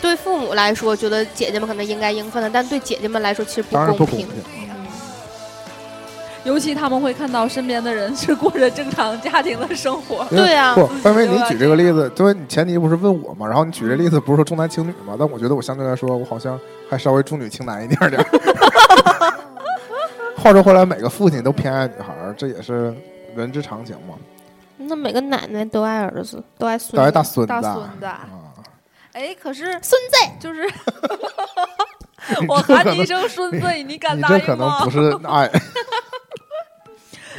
对父母来说，觉得姐姐们可能应该应分的，但对姐姐们来说其实不当然不公公平平。， 尤其他们会看到身边的人是过着正常家庭的生活，因为对啊不，因为你举这个例子，因为你前提不是问我嘛，然后你举这例子不是说重男轻女嘛，但我觉得我相对来说，我好像还稍微重女轻男一点儿点儿。 话说回来，每个父亲都偏爱女孩儿，这也是人之常情嘛，那每个奶奶都爱儿子，都爱孙子，都爱大孙子大啊。孙子。啊哎，可是孙子。就是 我喊你一声孙子，你敢你答这可应能吗 不？ 是爱，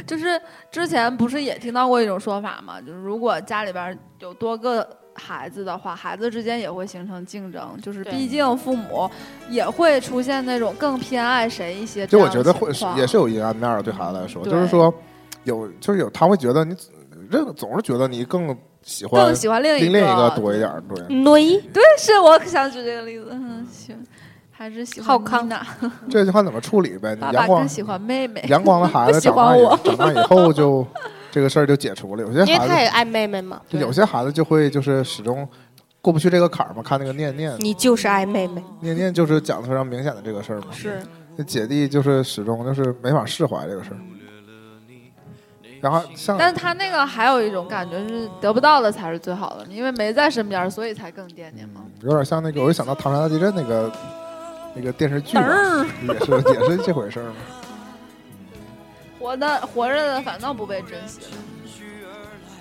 就是之前不是也听到过一种说法吗？就是如果家里边有多个。孩子的话，孩子之间也会形成竞争，就是对毕竟父母也会出现那种更偏爱谁一些这就我样的觉情得况。会是也是有阴暗面儿的，对孩子来说，对就是说有就是有他会觉得你认总是觉得你更喜欢更喜欢另另一另一个嗯个多一点儿，对。对，对，是我想举这个例子。嗯，行，还是喜欢好康娜嗯这就看怎么处理呗。你爸阳爸光更喜欢妹 妹。阳光的孩不子喜长欢大以我长大以后就这个事儿就解除了。有些因为他孩也爱妹妹嘛。子，有些孩子就会就是始终过不去这个坎儿嘛。看那个念念，嗯你就是爱妹妹，念念就是讲的非常明显的这个事儿嘛。是那姐弟就是始终就是没法释怀这个事儿。然后像但是他那个还有一种感觉是得不到的才是最好的，因为没在身边，所以才更惦念嘛嗯。，有点像那个，我就想到唐山大地震那个那个电视剧嘛，也是也是 这回事儿嘛。活的活着的反倒不被珍惜了。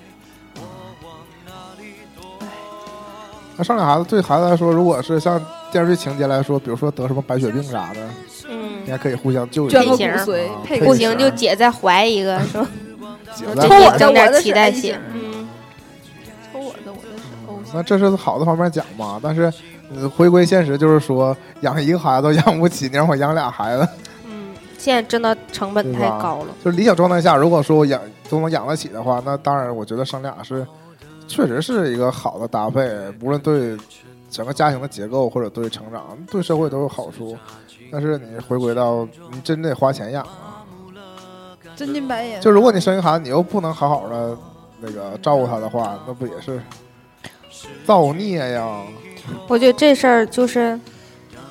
那上俩孩子对孩子来说，如果是像电视剧情节来说，比如说得什么白血病啥的，嗯应，该可以互相救一下啊捐个骨配型髓，配配个型不型行就姐再怀一个，是吧？姐我在这抽我里的整我点的脐是带 A 血型。嗯，抽我的，我的是 O 型。那这是好的方面讲嘛，但是，呃，回归现实就是说，养一个孩子都养不起，你让我养俩孩子，嗯，现在真的成本太高了。就是理想状态下，如果说我养都能养得起的话，那当然，我觉得生俩是，确实是一个好的搭配，无论对整个家庭的结构，或者对成长，对社会都有好处。但是你回归到你真得花钱养啊，真金白银。就如果你生一个孩子，你又不能好好的那个照顾他的话，那不也是造孽呀？嗯我觉得这事儿就是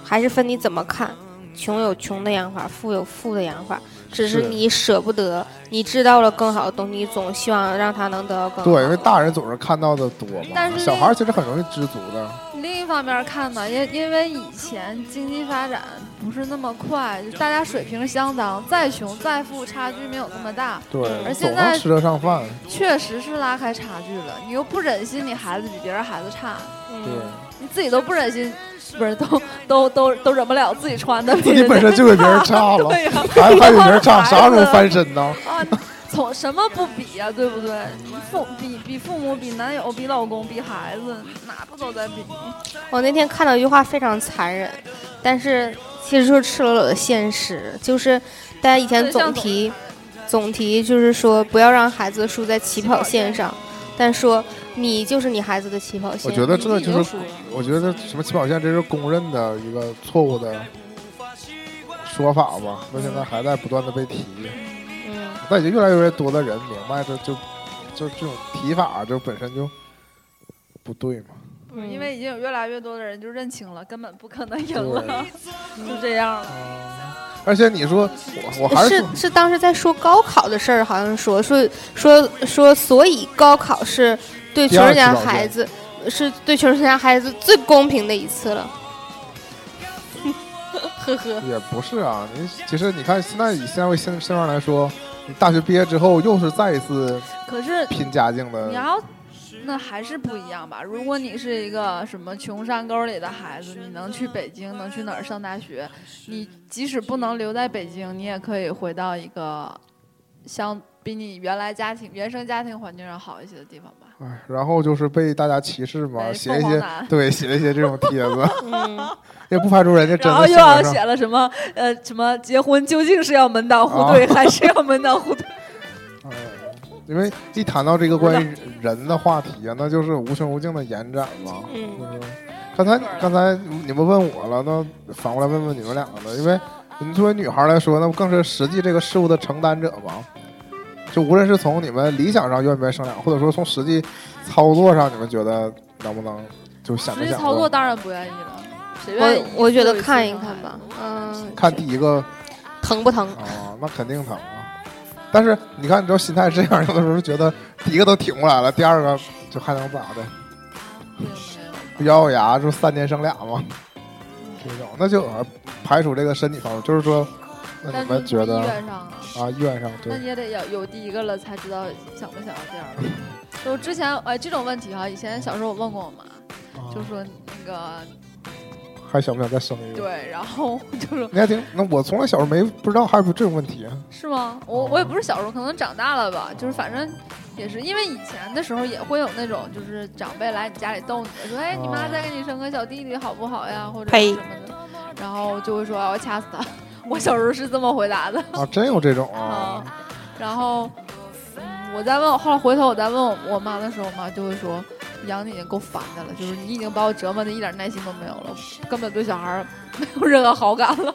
还是分你怎么看，穷有穷的养法，富有富的养法，只是是你舍不得，你知道了更好的东西，你总希望让他能得到更好。对，因为大人总是看到的多但嘛，是小那孩儿其实很容易知足的。另一方面看呢，因因为以前经济发展不是那么快，就大家水平相当，再穷再富差距没有那么大，对而，总现能在吃得上饭。确实是拉开差距了。你又不忍心你孩子比别人孩子差，嗯对，你自己都不忍心，不是都都都都忍不了自己穿的比自己人本家身就比别人差了， 对呀、还还比别人差，孩子啥时候翻身 呢？啊，从什么不比呀、对不对？父比比父母、比男友、比老公、比孩子，哪不都在比？我那天看到一句话非常残忍，但是其实就是赤裸裸的现实，就是大家以前总提总提就是说不要让孩子输在起跑线上，但说你就是你孩子的起跑线。我觉得这你就是输了我觉得什么起跑线，这是公认的一个错误的说法吧。那现在还在不断的被提，嗯，但已经越来越多的人明白这就就这种提法就本身就不对嘛。嗯因为已经有越来越多的人就认清了，根本不可能赢了，对就这样了。而且你说我我还是说是当时在说高考的事儿，好像说说说说，所以高考是对第穷二人家起跑线孩子是对穷人家孩子最公平的一次了。呵呵，也不是啊，你其实你看现在以现在为现现状来说，你大学毕业之后又是再一次可是拼家境你的，要那还是不一样吧？如果你是一个什么穷山沟里的孩子，你能去北京，能去哪儿上大学？你即使不能留在北京，你也可以回到一个相比你原来家庭、原生家庭环境上好一些的地方吧。哎，然后就是被大家歧视嘛，哎写一凤凰些男对写一些这种帖 子， 嗯，也不排除人家真然后的又性要格写上。了什么呃什么结婚究竟是要门当户对、还是要门当户对？嗯因为一谈到这个关于人的话题啊，那就是无穷无尽的延展嘛。嗯就是刚才刚才你们问我了，那反过来问问你们两个呢？因为你作为女孩来说，那不更是实际这个事物的承担者吗？就无论是从你们理想上愿不愿意生俩，或者说从实际操作上，你们觉得能不能就想实没际想操作过？当然不愿意了，谁愿意我我觉得做一次嗯看一伤看害吧，嗯，看第一个疼不疼？啊，那肯定疼啊。但是你看，你知道心态是这样，有的时候觉得第一个都挺过来了，第二个就还能咋的？并没有吧咬咬牙就三年生俩嘛，这种那就排除这个身体方面，就是说，那但你是们觉得医院上啊，啊，医院上那对嗯你也得有有第一个了才知道想不想要第二个。就之前哎这种问题哈，以前小时候我问过我妈，就说那个啊还想不想再生一个？，对，然后我就说你还挺那我从来小时候没不知道还有这种问 题啊，是吗？我我也不是小时候，可能长大了吧，就是反正。也是因为以前的时候也会有那种，就是长辈来你家里逗你，说哎你妈哦再给你生个小弟弟好不好呀，或者呸是什么的，然后就会说哎我要掐死他。 我小时候是这么回答的。啊，真有这种啊啊，，然后、嗯我再问，后来回头我再问我我妈的时候，我妈就会说，养你已经够烦的了，就是你已经把我折磨的一点耐心都没有了，根本对小孩儿 没有任何好感了。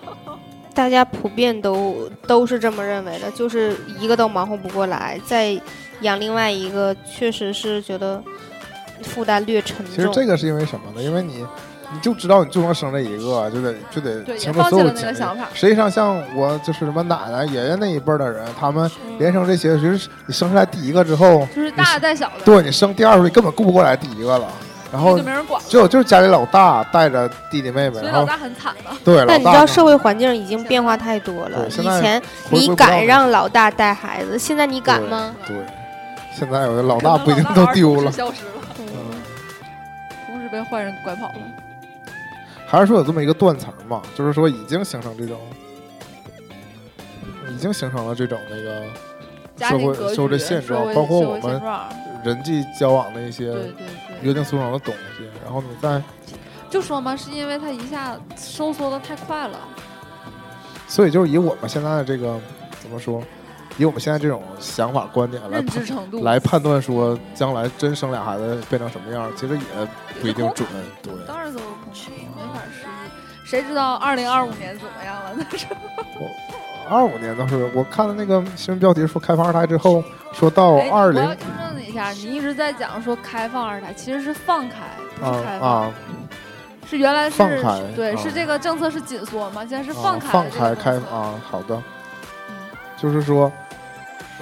大家普遍都都是这么认为的，就是一个都忙活不过来，再养另外一个，确实是觉得负担略沉其实重。这个是因为什么呢？因为你你就知道你就能生这一个，就得就对得也倾注放弃所有了那精个力想法。实际上，像我就是什么奶奶、爷爷那一辈儿的人，他们连生这些，其实你生下来第一个之后，就是大的带小的，对你生第二个，你根本顾不过来第一个了。然后就没人管了，只有就是家里老大带着弟弟妹妹，所以然老后大很惨了。对老但大你知道呢社会环境已经变化太多了，对现以在前回归你不到敢让老大带孩子，现在你敢吗？对，现在有的老可大能不一定都丢老大儿童了是。消失了，嗯同时被坏人拐跑了。还是说有这么一个断层嘛，就是说已经形成这种，已经形成了这种那个家社庭会格局、社社会会的现状包括社会我们呃现状人际交往的一些对对对，约定俗成的东西，然后你再，就说嘛，是因为它一下收缩的太快了，所以就是以我们现在的这个怎么说，以我们现在这种想法观点来认知判程度来判断说将来真生俩孩子变成什么样，其实也不一定准。对，当然都有可能，没法实际。谁知道二零二五年怎么样了？那是哎二五年倒是我看了那个新闻标题说开放二胎之后，说到 哎哦二我零要纠正你一下，你一直在讲说开放二胎，其实是放开，不啊是开放，啊是原来是放开对，啊是这个政策是紧缩嘛，现在是啊开、放开开开啊，好的嗯，就是说，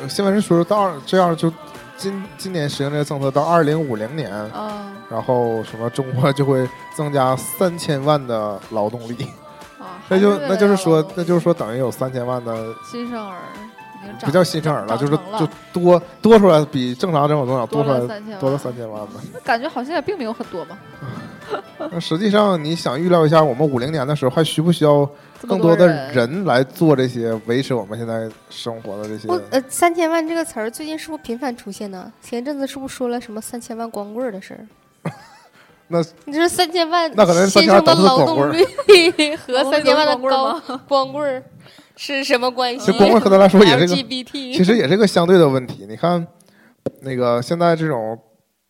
呃新闻是说到二这样就今今年实行这个政策到二零五零年，嗯然后什么中国就会增加三千万的劳动力，啊，那就还那就是为说了那就是说等于有三千万的新生儿已经长不叫新生儿长了，就是成了就多多出来比正常人口增长多多出来了三千万，多了三千万吧。感觉好像也并没有很多嘛，那实际上你想预料一下，我们五零年的时候还需不需要这么更多的人人来做这些维持我们现在生活的这些？不，呃，三千万这个词儿最近是不是频繁出现呢？前阵子是不是说了什么三千万光棍儿的事儿？ 那你这三千万那可能新三千万生的都是劳光棍动儿力 和三千万的高 光棍儿是什么关系这光棍和咱来说也是个，其？LGBT 实也是个相对的问题。你看，那个现在这种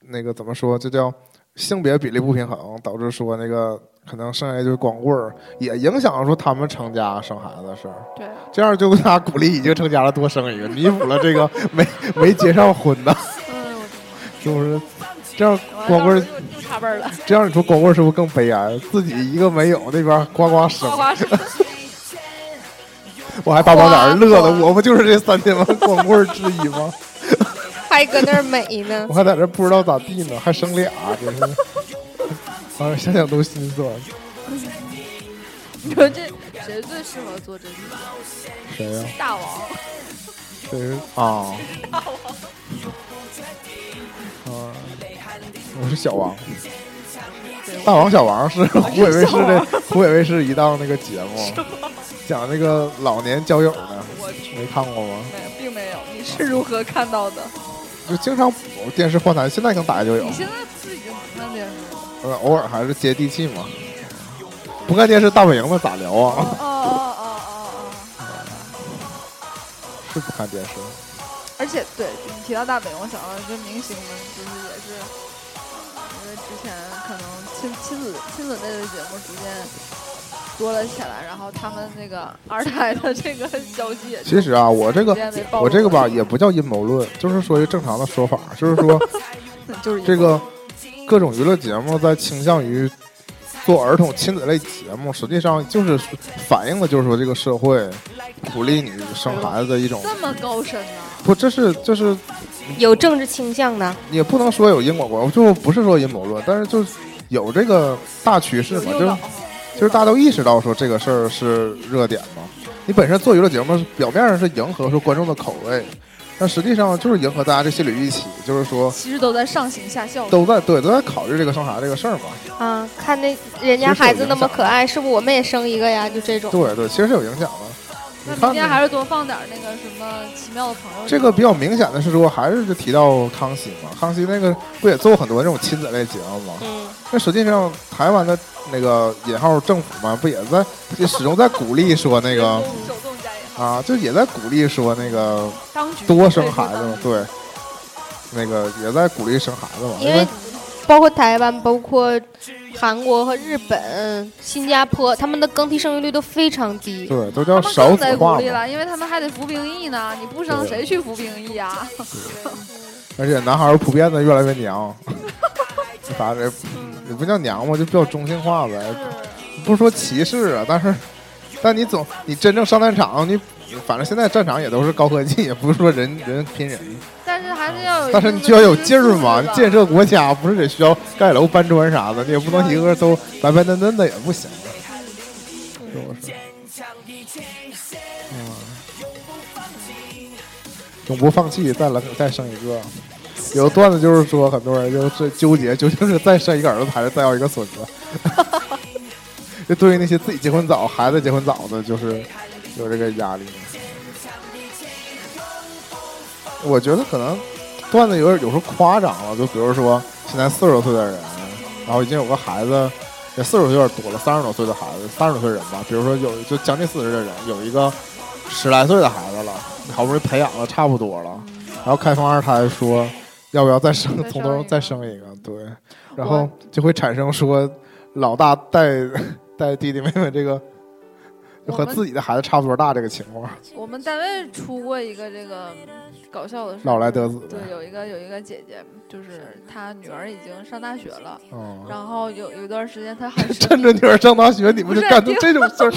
那个怎么说，这叫性别比例不平衡，导致说那个可能生下来就是光棍儿，也影响了说他们成家生孩子的事儿。对，这样就给他鼓励已经成家了多生一个，弥补了这个没没结上婚的，嗯，是不是？这样我光棍儿，又又插辈儿了， 这样你说光棍儿是不是更悲哀？自己一个没有，那边呱呱生花，花是我还把我俩人乐呱的，呱我不就是这三千万光棍儿之一吗？ 还搁那儿美 呢我，还在这不知道咋地呢，还生俩，真是，啊，想想都心酸。你说这谁最适合做这个？谁呀、大王，谁是 啊？啊，我是小王，大王小王是湖北卫视的湖北卫视一档那个节目，讲那个老年交友的，我没看过吗？没有，并没有，你是如何看到的？就经常电视换台，现在可能打开就有你，现在自己就不看电视了？呃，偶尔还是接地气嘛。不看电视大本营的咋聊啊？哦哦哦哦哦！是不看电视。而且对你提到大本，我想到一个明星们，就是也是，因为之前可能亲亲子亲子类的节目逐渐多了起来，然后他们那个二胎的这个消息也其实啊，我这个逐渐被暴露我这个吧了，也不叫阴谋论，就是说一个正常的说法，就是说就是这个各种娱乐节目在倾向于做儿童亲子类节目，实际上就是反映的就是说这个社会鼓励你生孩子的一种，这么高深呢、不，这是这是有政治倾向的，也不能说有因果关系，就不是说阴谋论，但是就是有这个大趋势嘛，有诱就是导哈就是大家都意识到说这个事儿是热点嘛。你本身做娱乐节目，表面上是迎合说观众的口味，但实际上就是迎合大家这心理预期，就是说其实都在上行下效。都在对都在考虑这个生孩子这个事儿嘛。啊，看那人家孩子那么可爱，是不是我们也生一个呀？就这 种，对对，其实是有影响的。那你明天看还是多放点那个什么奇妙的朋友。这个比较明显的是说，还是就提到康熙嘛，康熙那个不也做很多这种亲子类节目吗？嗯，那实际上台湾的那个引号政府嘛，不也在也始终在鼓励说那个手动加引号，啊，就也在鼓励说那个当局多生孩子嘛，对，那个也在鼓励生孩子嘛，因因为为包括台湾、包括韩国和日本、新加坡，他们的更替生育率都非常低。对都他叫们少更子得鼓化励嘛，了，因为他们还得服兵役呢，你不生谁去服兵役啊？而且男孩儿普遍的越来越娘，反正也不叫娘吧，就比较中性化呗，不是说歧视啊，但是，但你总你真正上战场，你反正现在战场也都是高科技，也不是说人人拼人， 但是还是要有一定的素质吧，但是你就要有劲儿嘛，你建设国家不是得需要盖楼搬砖啥的，你也不能一个个都白白嫩嫩的也不行，是不是？嗯，永不放弃，再来再生一个。有段子就是说，很多人就是纠结，究竟是再生一个儿子还是再要一个孙子。 就对于那些自己结婚早、孩子结婚早的，就是有这个压力。我觉得可能段子有点有时候夸张了，就比如说现在四十多岁的人，然后已经有个孩子，也四十岁有点多了，三十多岁的孩子，三十多岁人吧，比如说有就将近四十的人，有一个十来岁的孩子了，好不容易培养的差不多了，然后开放二胎说要不要再生，再生一个从头再生一个，对，然后就会产生说老大带 带弟弟妹妹这个。就和我们自己的孩子差不多大这个情况，我们单位出过一个这个搞笑的事，老来得子对，有一个有一个姐姐，就是她女儿已经上大学了，嗯，然后有有一段时间她很 趁着女儿上 大学，你们就干出这种事儿，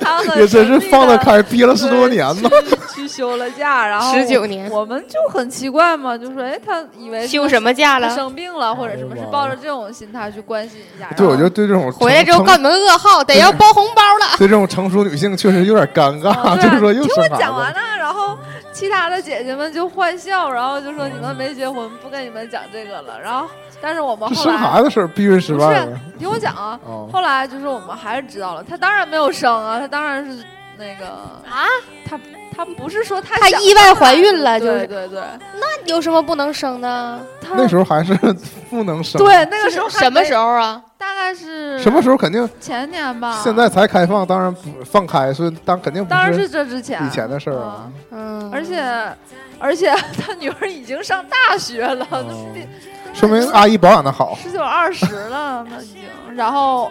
她很也真是神秘地放得开，憋了十多年呢。去去休了假，然后十九年我们就很奇怪嘛，就说哎，她以为休什么假她了？生病了或者什么，哎呀是妈抱呀着这种心态去关心一下。然后对，我觉得对这种回来之后成告你们噩耗，得要包红包了。对这种成熟女性确实有点尴啊尬，对 就是说你又听生我孩讲完子。了，然后其他的姐姐们就坏笑，然后就说你们没结婚，不跟你们讲这个了。然后，但是我们这后生来孩子事儿避孕失不败是了。，你听我讲啊。哦，后来就是我们还是知道了，她当然没有生啊，她当然是那个啊，她她不是说她她想意外怀孕了，就对是对对， 有什么不能生的？她那时候还是 不能生。，对那个时候还什么没时候啊？大概是什么时候肯定前年吧，现在才开放，当然不放开是当肯定不啊当然是是这之前以前的事儿啊。嗯，而且而且她女儿已经上大学了，哦说明阿姨保养的好，十九二十 了，那已经。然后，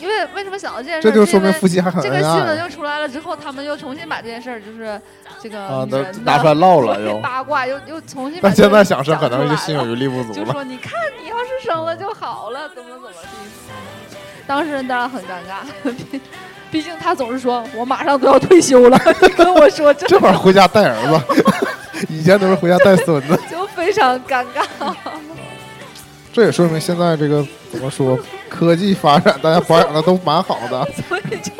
因为为什么想到这件事这儿？就是说明因为夫妻还很这个恩新闻爱又出来了之后，他们又重新把这件事儿，就是这个啊，女都人拿的出 来唠了又。八卦，又又重新把但这个现讲出来了。在想生，可能就心有余力不足就了。说你看，你要是生了就好了，怎么怎么地。当事人当然很尴尬， 毕毕竟他总是说我马上都要退休了， 你跟我说这 这会儿回家带儿子， 以前都是回家带孙 子。就非常尴尬。嗯这也说明现在这个怎么说，科技发展，大家保养的都蛮好的，所以就，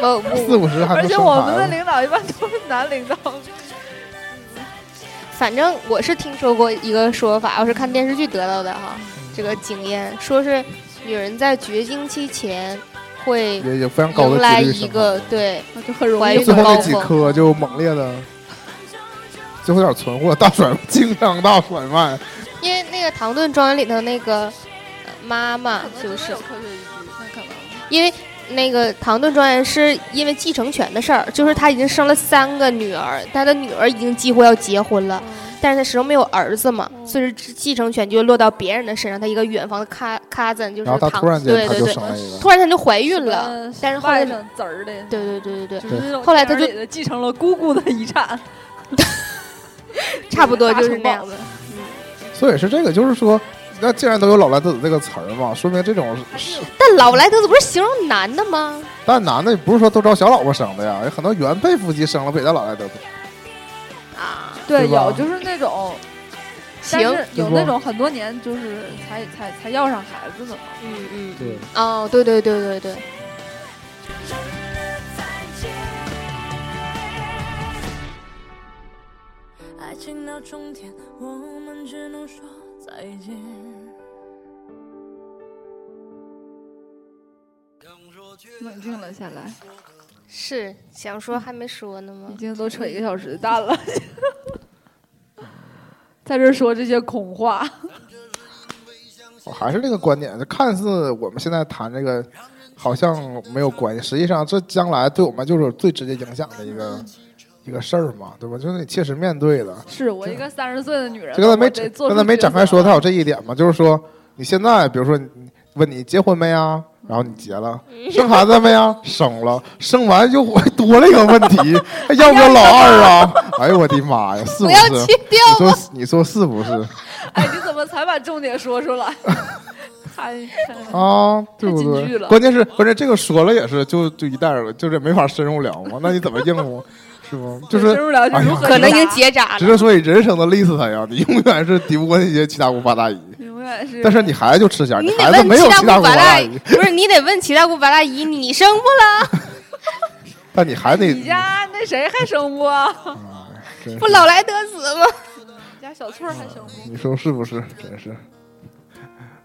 我四我五十还而能且生我们的孩子。领导一般都是男领导。反正我是听说过一个说法，我是看电视剧得到的哈，这个经验说是女人在绝经期前会也也非常高的迎来几率一生个孩子。对就很容怀易孕最后高那峰几颗就猛烈的，最后有点存货，大甩经常大甩卖。因为那个《唐顿庄园》里头那个呃妈妈就就是啊是有，科学依据，那可能因为那个《唐顿庄园》是因为继承权的事儿，就是她已经生了三个女儿，她的女儿已经几乎要结婚了，但是她始终没有儿子嘛，所以这继承权就落到别人的身上，她一个远房的 ca- cousin 就是 然后堂她突然间对她对就对生，了一个，突然她就怀孕了，，但是后来外甥侄儿的，对对对对就对，是那种后来他就电影里的继承了姑姑的遗 产，差不多就是那样大城堡的。所以是这个，就是说，那既然都有“老来得子”这个词儿嘛，说明这种还是是，有但老莱德子不是形容男的吗？但男的也不是说都招小老婆生的呀，有很多原配夫妻生了不也叫“老来得子啊，对对吧有就是那种，但行，是有那种很多年就是才才才要上孩子的嘛，嗯嗯，对，哦，对对对对对。爱情到终点，我们只能说再见。冷静了下来，是想说还没说呢吗已？经都扯一个小时的蛋了， 在这儿说这些空话，我还是那个观点，就看似我们现在谈这个好像没有关系，实际上这将来对我们就是有最直接影响的一个一个事儿嘛，对吧？就是你切实面对的。是我一个三十岁的女人，就刚才没我得做刚出才没抉展开择说，它有这一点嘛，就是说你现在比如说你问你结婚没啊，然后你结了，生孩子没呀？生了，生完又会多了一个问题，还要不要老二啊？ 哎呦我的妈呀，是不不要是？去掉你说你说是不是哎，你怎么才把重点说出来？ 太 啊？对不太进去对？了关键是关键这个说了也是，就就一带而就是没法深入聊嘛，那你怎么应付？是吗？ 就是深入聊是哎呀如何可能已经结扎只了。是所以人生的累死他呀，你永远是敌不过那些七大姑八大姨。永远是。但是你孩子就吃香，你得孩子没问有七大七大姑姑八八大大姨姨，，不是你得问七大姑八大姨，你生不了？但你还得你家那谁还生不？真不是老来得子吗？你家小翠儿还生不？你说是不是？真是，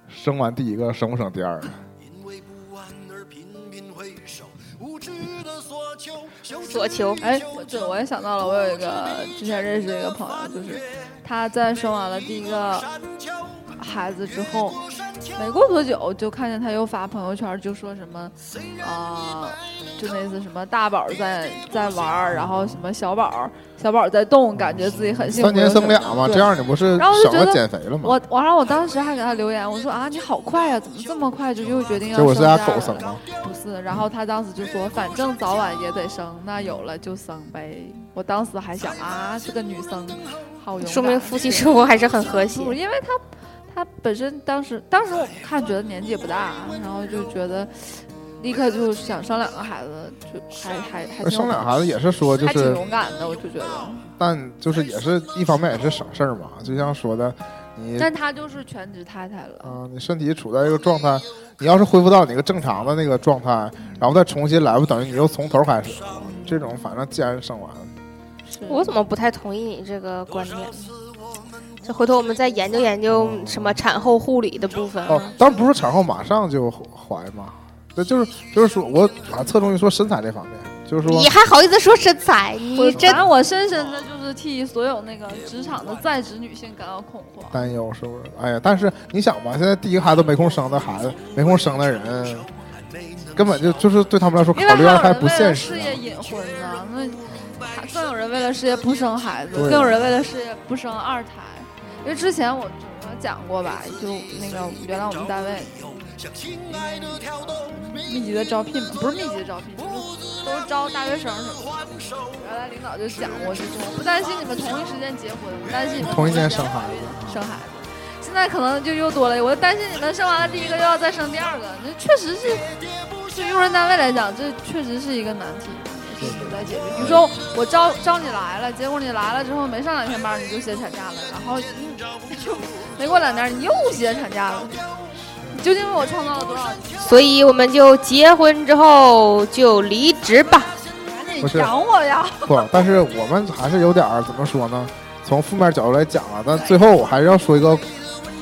生完第一个生不生第二个？因为不安而频频回首，无知的所求，羞耻所求哎，我对，我也想到了，我有一个之前认识的一个朋友，就是她在生完了第一个山丘，孩子之后，过山丘，没过多久就看见她又发朋友圈，就说什么啊、就那次什么大宝在在玩儿，然后什么小宝小宝在动，感觉自己很幸福。三年生俩嘛，对这样你不是然后就省觉了得减肥了吗？我我然后我当时还给他留言，我说啊你好快啊，怎么这么快就又决定要结果是家家狗生的，不是，然后他当时就说反正早晚也得生，那有了就生呗。我当时还想啊这个女生好勇敢，啊说明夫妻生活还是很和谐不，因为他他本身当时当时我看觉得年纪也不大，啊然后就觉得立刻就想生两个孩子，就还还还那挺呃生俩孩子也是嗯说就还挺是，勇敢的，我就觉得。但就是也是一方面也是省事儿嘛，就像说的，你但他就是全职太太了，啊，你身体处在一个状态，你要是恢复到你一个正常的那个状态，然后再重新来，不等于你又从头开始了吗？这种反正既然生完，是我怎么不太同意你这个观点呢？这回头我们再研究研究什么产后护理的部分啊。哦，当然不是产后马上就怀嘛，那就是就是说我啊侧重于说身材这方面，就是说你还好意思说身材？你这反正我深深的就是替所有那个职场的在职女性感到恐慌。担忧是不是？哎呀，但是你想吧，现在第一个孩子没空生的孩子，没空生的人，根本就就是对他们来说因为考还虑有到人太为不了现实啊事业了。隐婚呢，那还更有人为了事业不生孩子，对更有人为了事业不生二胎。因为之前我我讲过吧，就那个原来我们单位密集的招聘嘛，不是密集的招聘，就是都招大学生什么的。原来领导就讲过，就说我不担心你们同一时间结婚，我担心你们同一一年间生孩怀孕生孩子。现在可能就又多了，我担心你们生完了第一个又要再生第二个，这确实是，对用人单位来讲，这确实是一个难题，也是有待解决。你说我招招你来了，结果你来了之后没上两天班你就歇产假了，然后你就没过两天你又歇产假了，你究竟为我创造了多少？所以我们就结婚之后就离职吧。赶不是紧养我呀！不，但是我们还是有点儿怎么说呢？从负面角度来讲啊，但最后我还是要说一个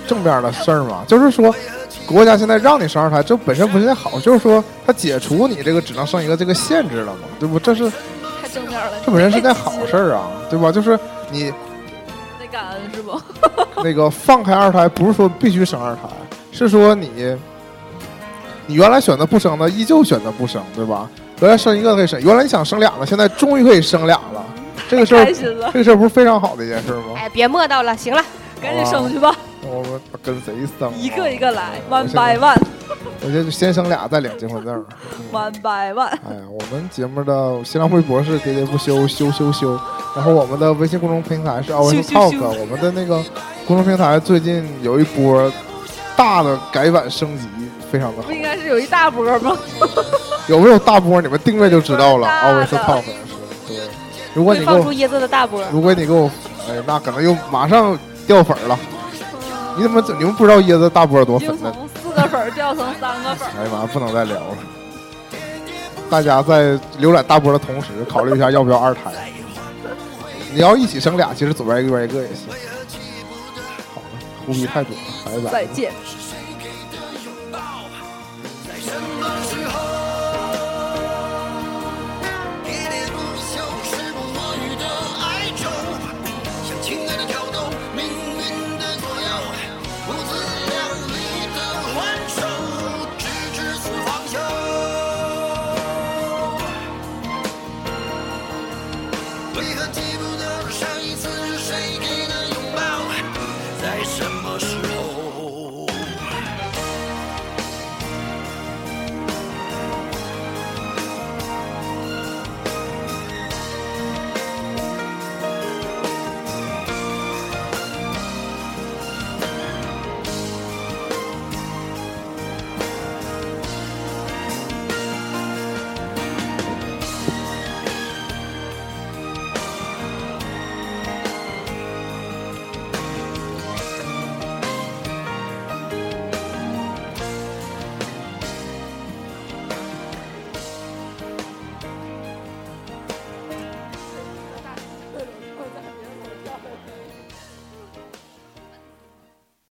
正面的事儿嘛，就是说，国家现在让你生二胎，这本身不是件好，就是说它解除你这个只能生一个这个限制了嘛，对不？这是太正面了，这本身是件好事儿啊，对吧？就是你得感恩是不？那个放开二胎，不是说必须生二胎，是说你你原来选择不生的，依旧选择不生，对吧？原来生一个可以生，原来你想生俩了，现在终于可以生俩了，这个事儿开心了，这个事儿不是非常好的一件事吗？哦哎，别磨叨了，行了，赶紧生去吧，我们跟谁生啊？一个一个来，one 我现在 by one，one 我就先生俩，再领结婚证儿。 by one。哎呀，我们节目的新浪微博是喋喋不休，休休休。然后我们的微信公众平台是休 always 休 talk，休我们的那个公众平台最近有一波大的改版升级，非常的好不。应该是有一大波吗？有没有大波？你们定位就知道了。大的 always talk 是，对。如果会你给我放出椰子的大波。如果你给我，哎呀，那可能又马上掉粉儿了。你怎么你们不知道椰子大波多已粉经呢？从四个粉儿掉成三个粉儿。哎呀妈，不能再聊了。大家在浏览大波的同时，考虑一下要不要二胎。你要一起生俩，其实左边一个右边一个也行。好了，胡逼太多了，拜拜再。见。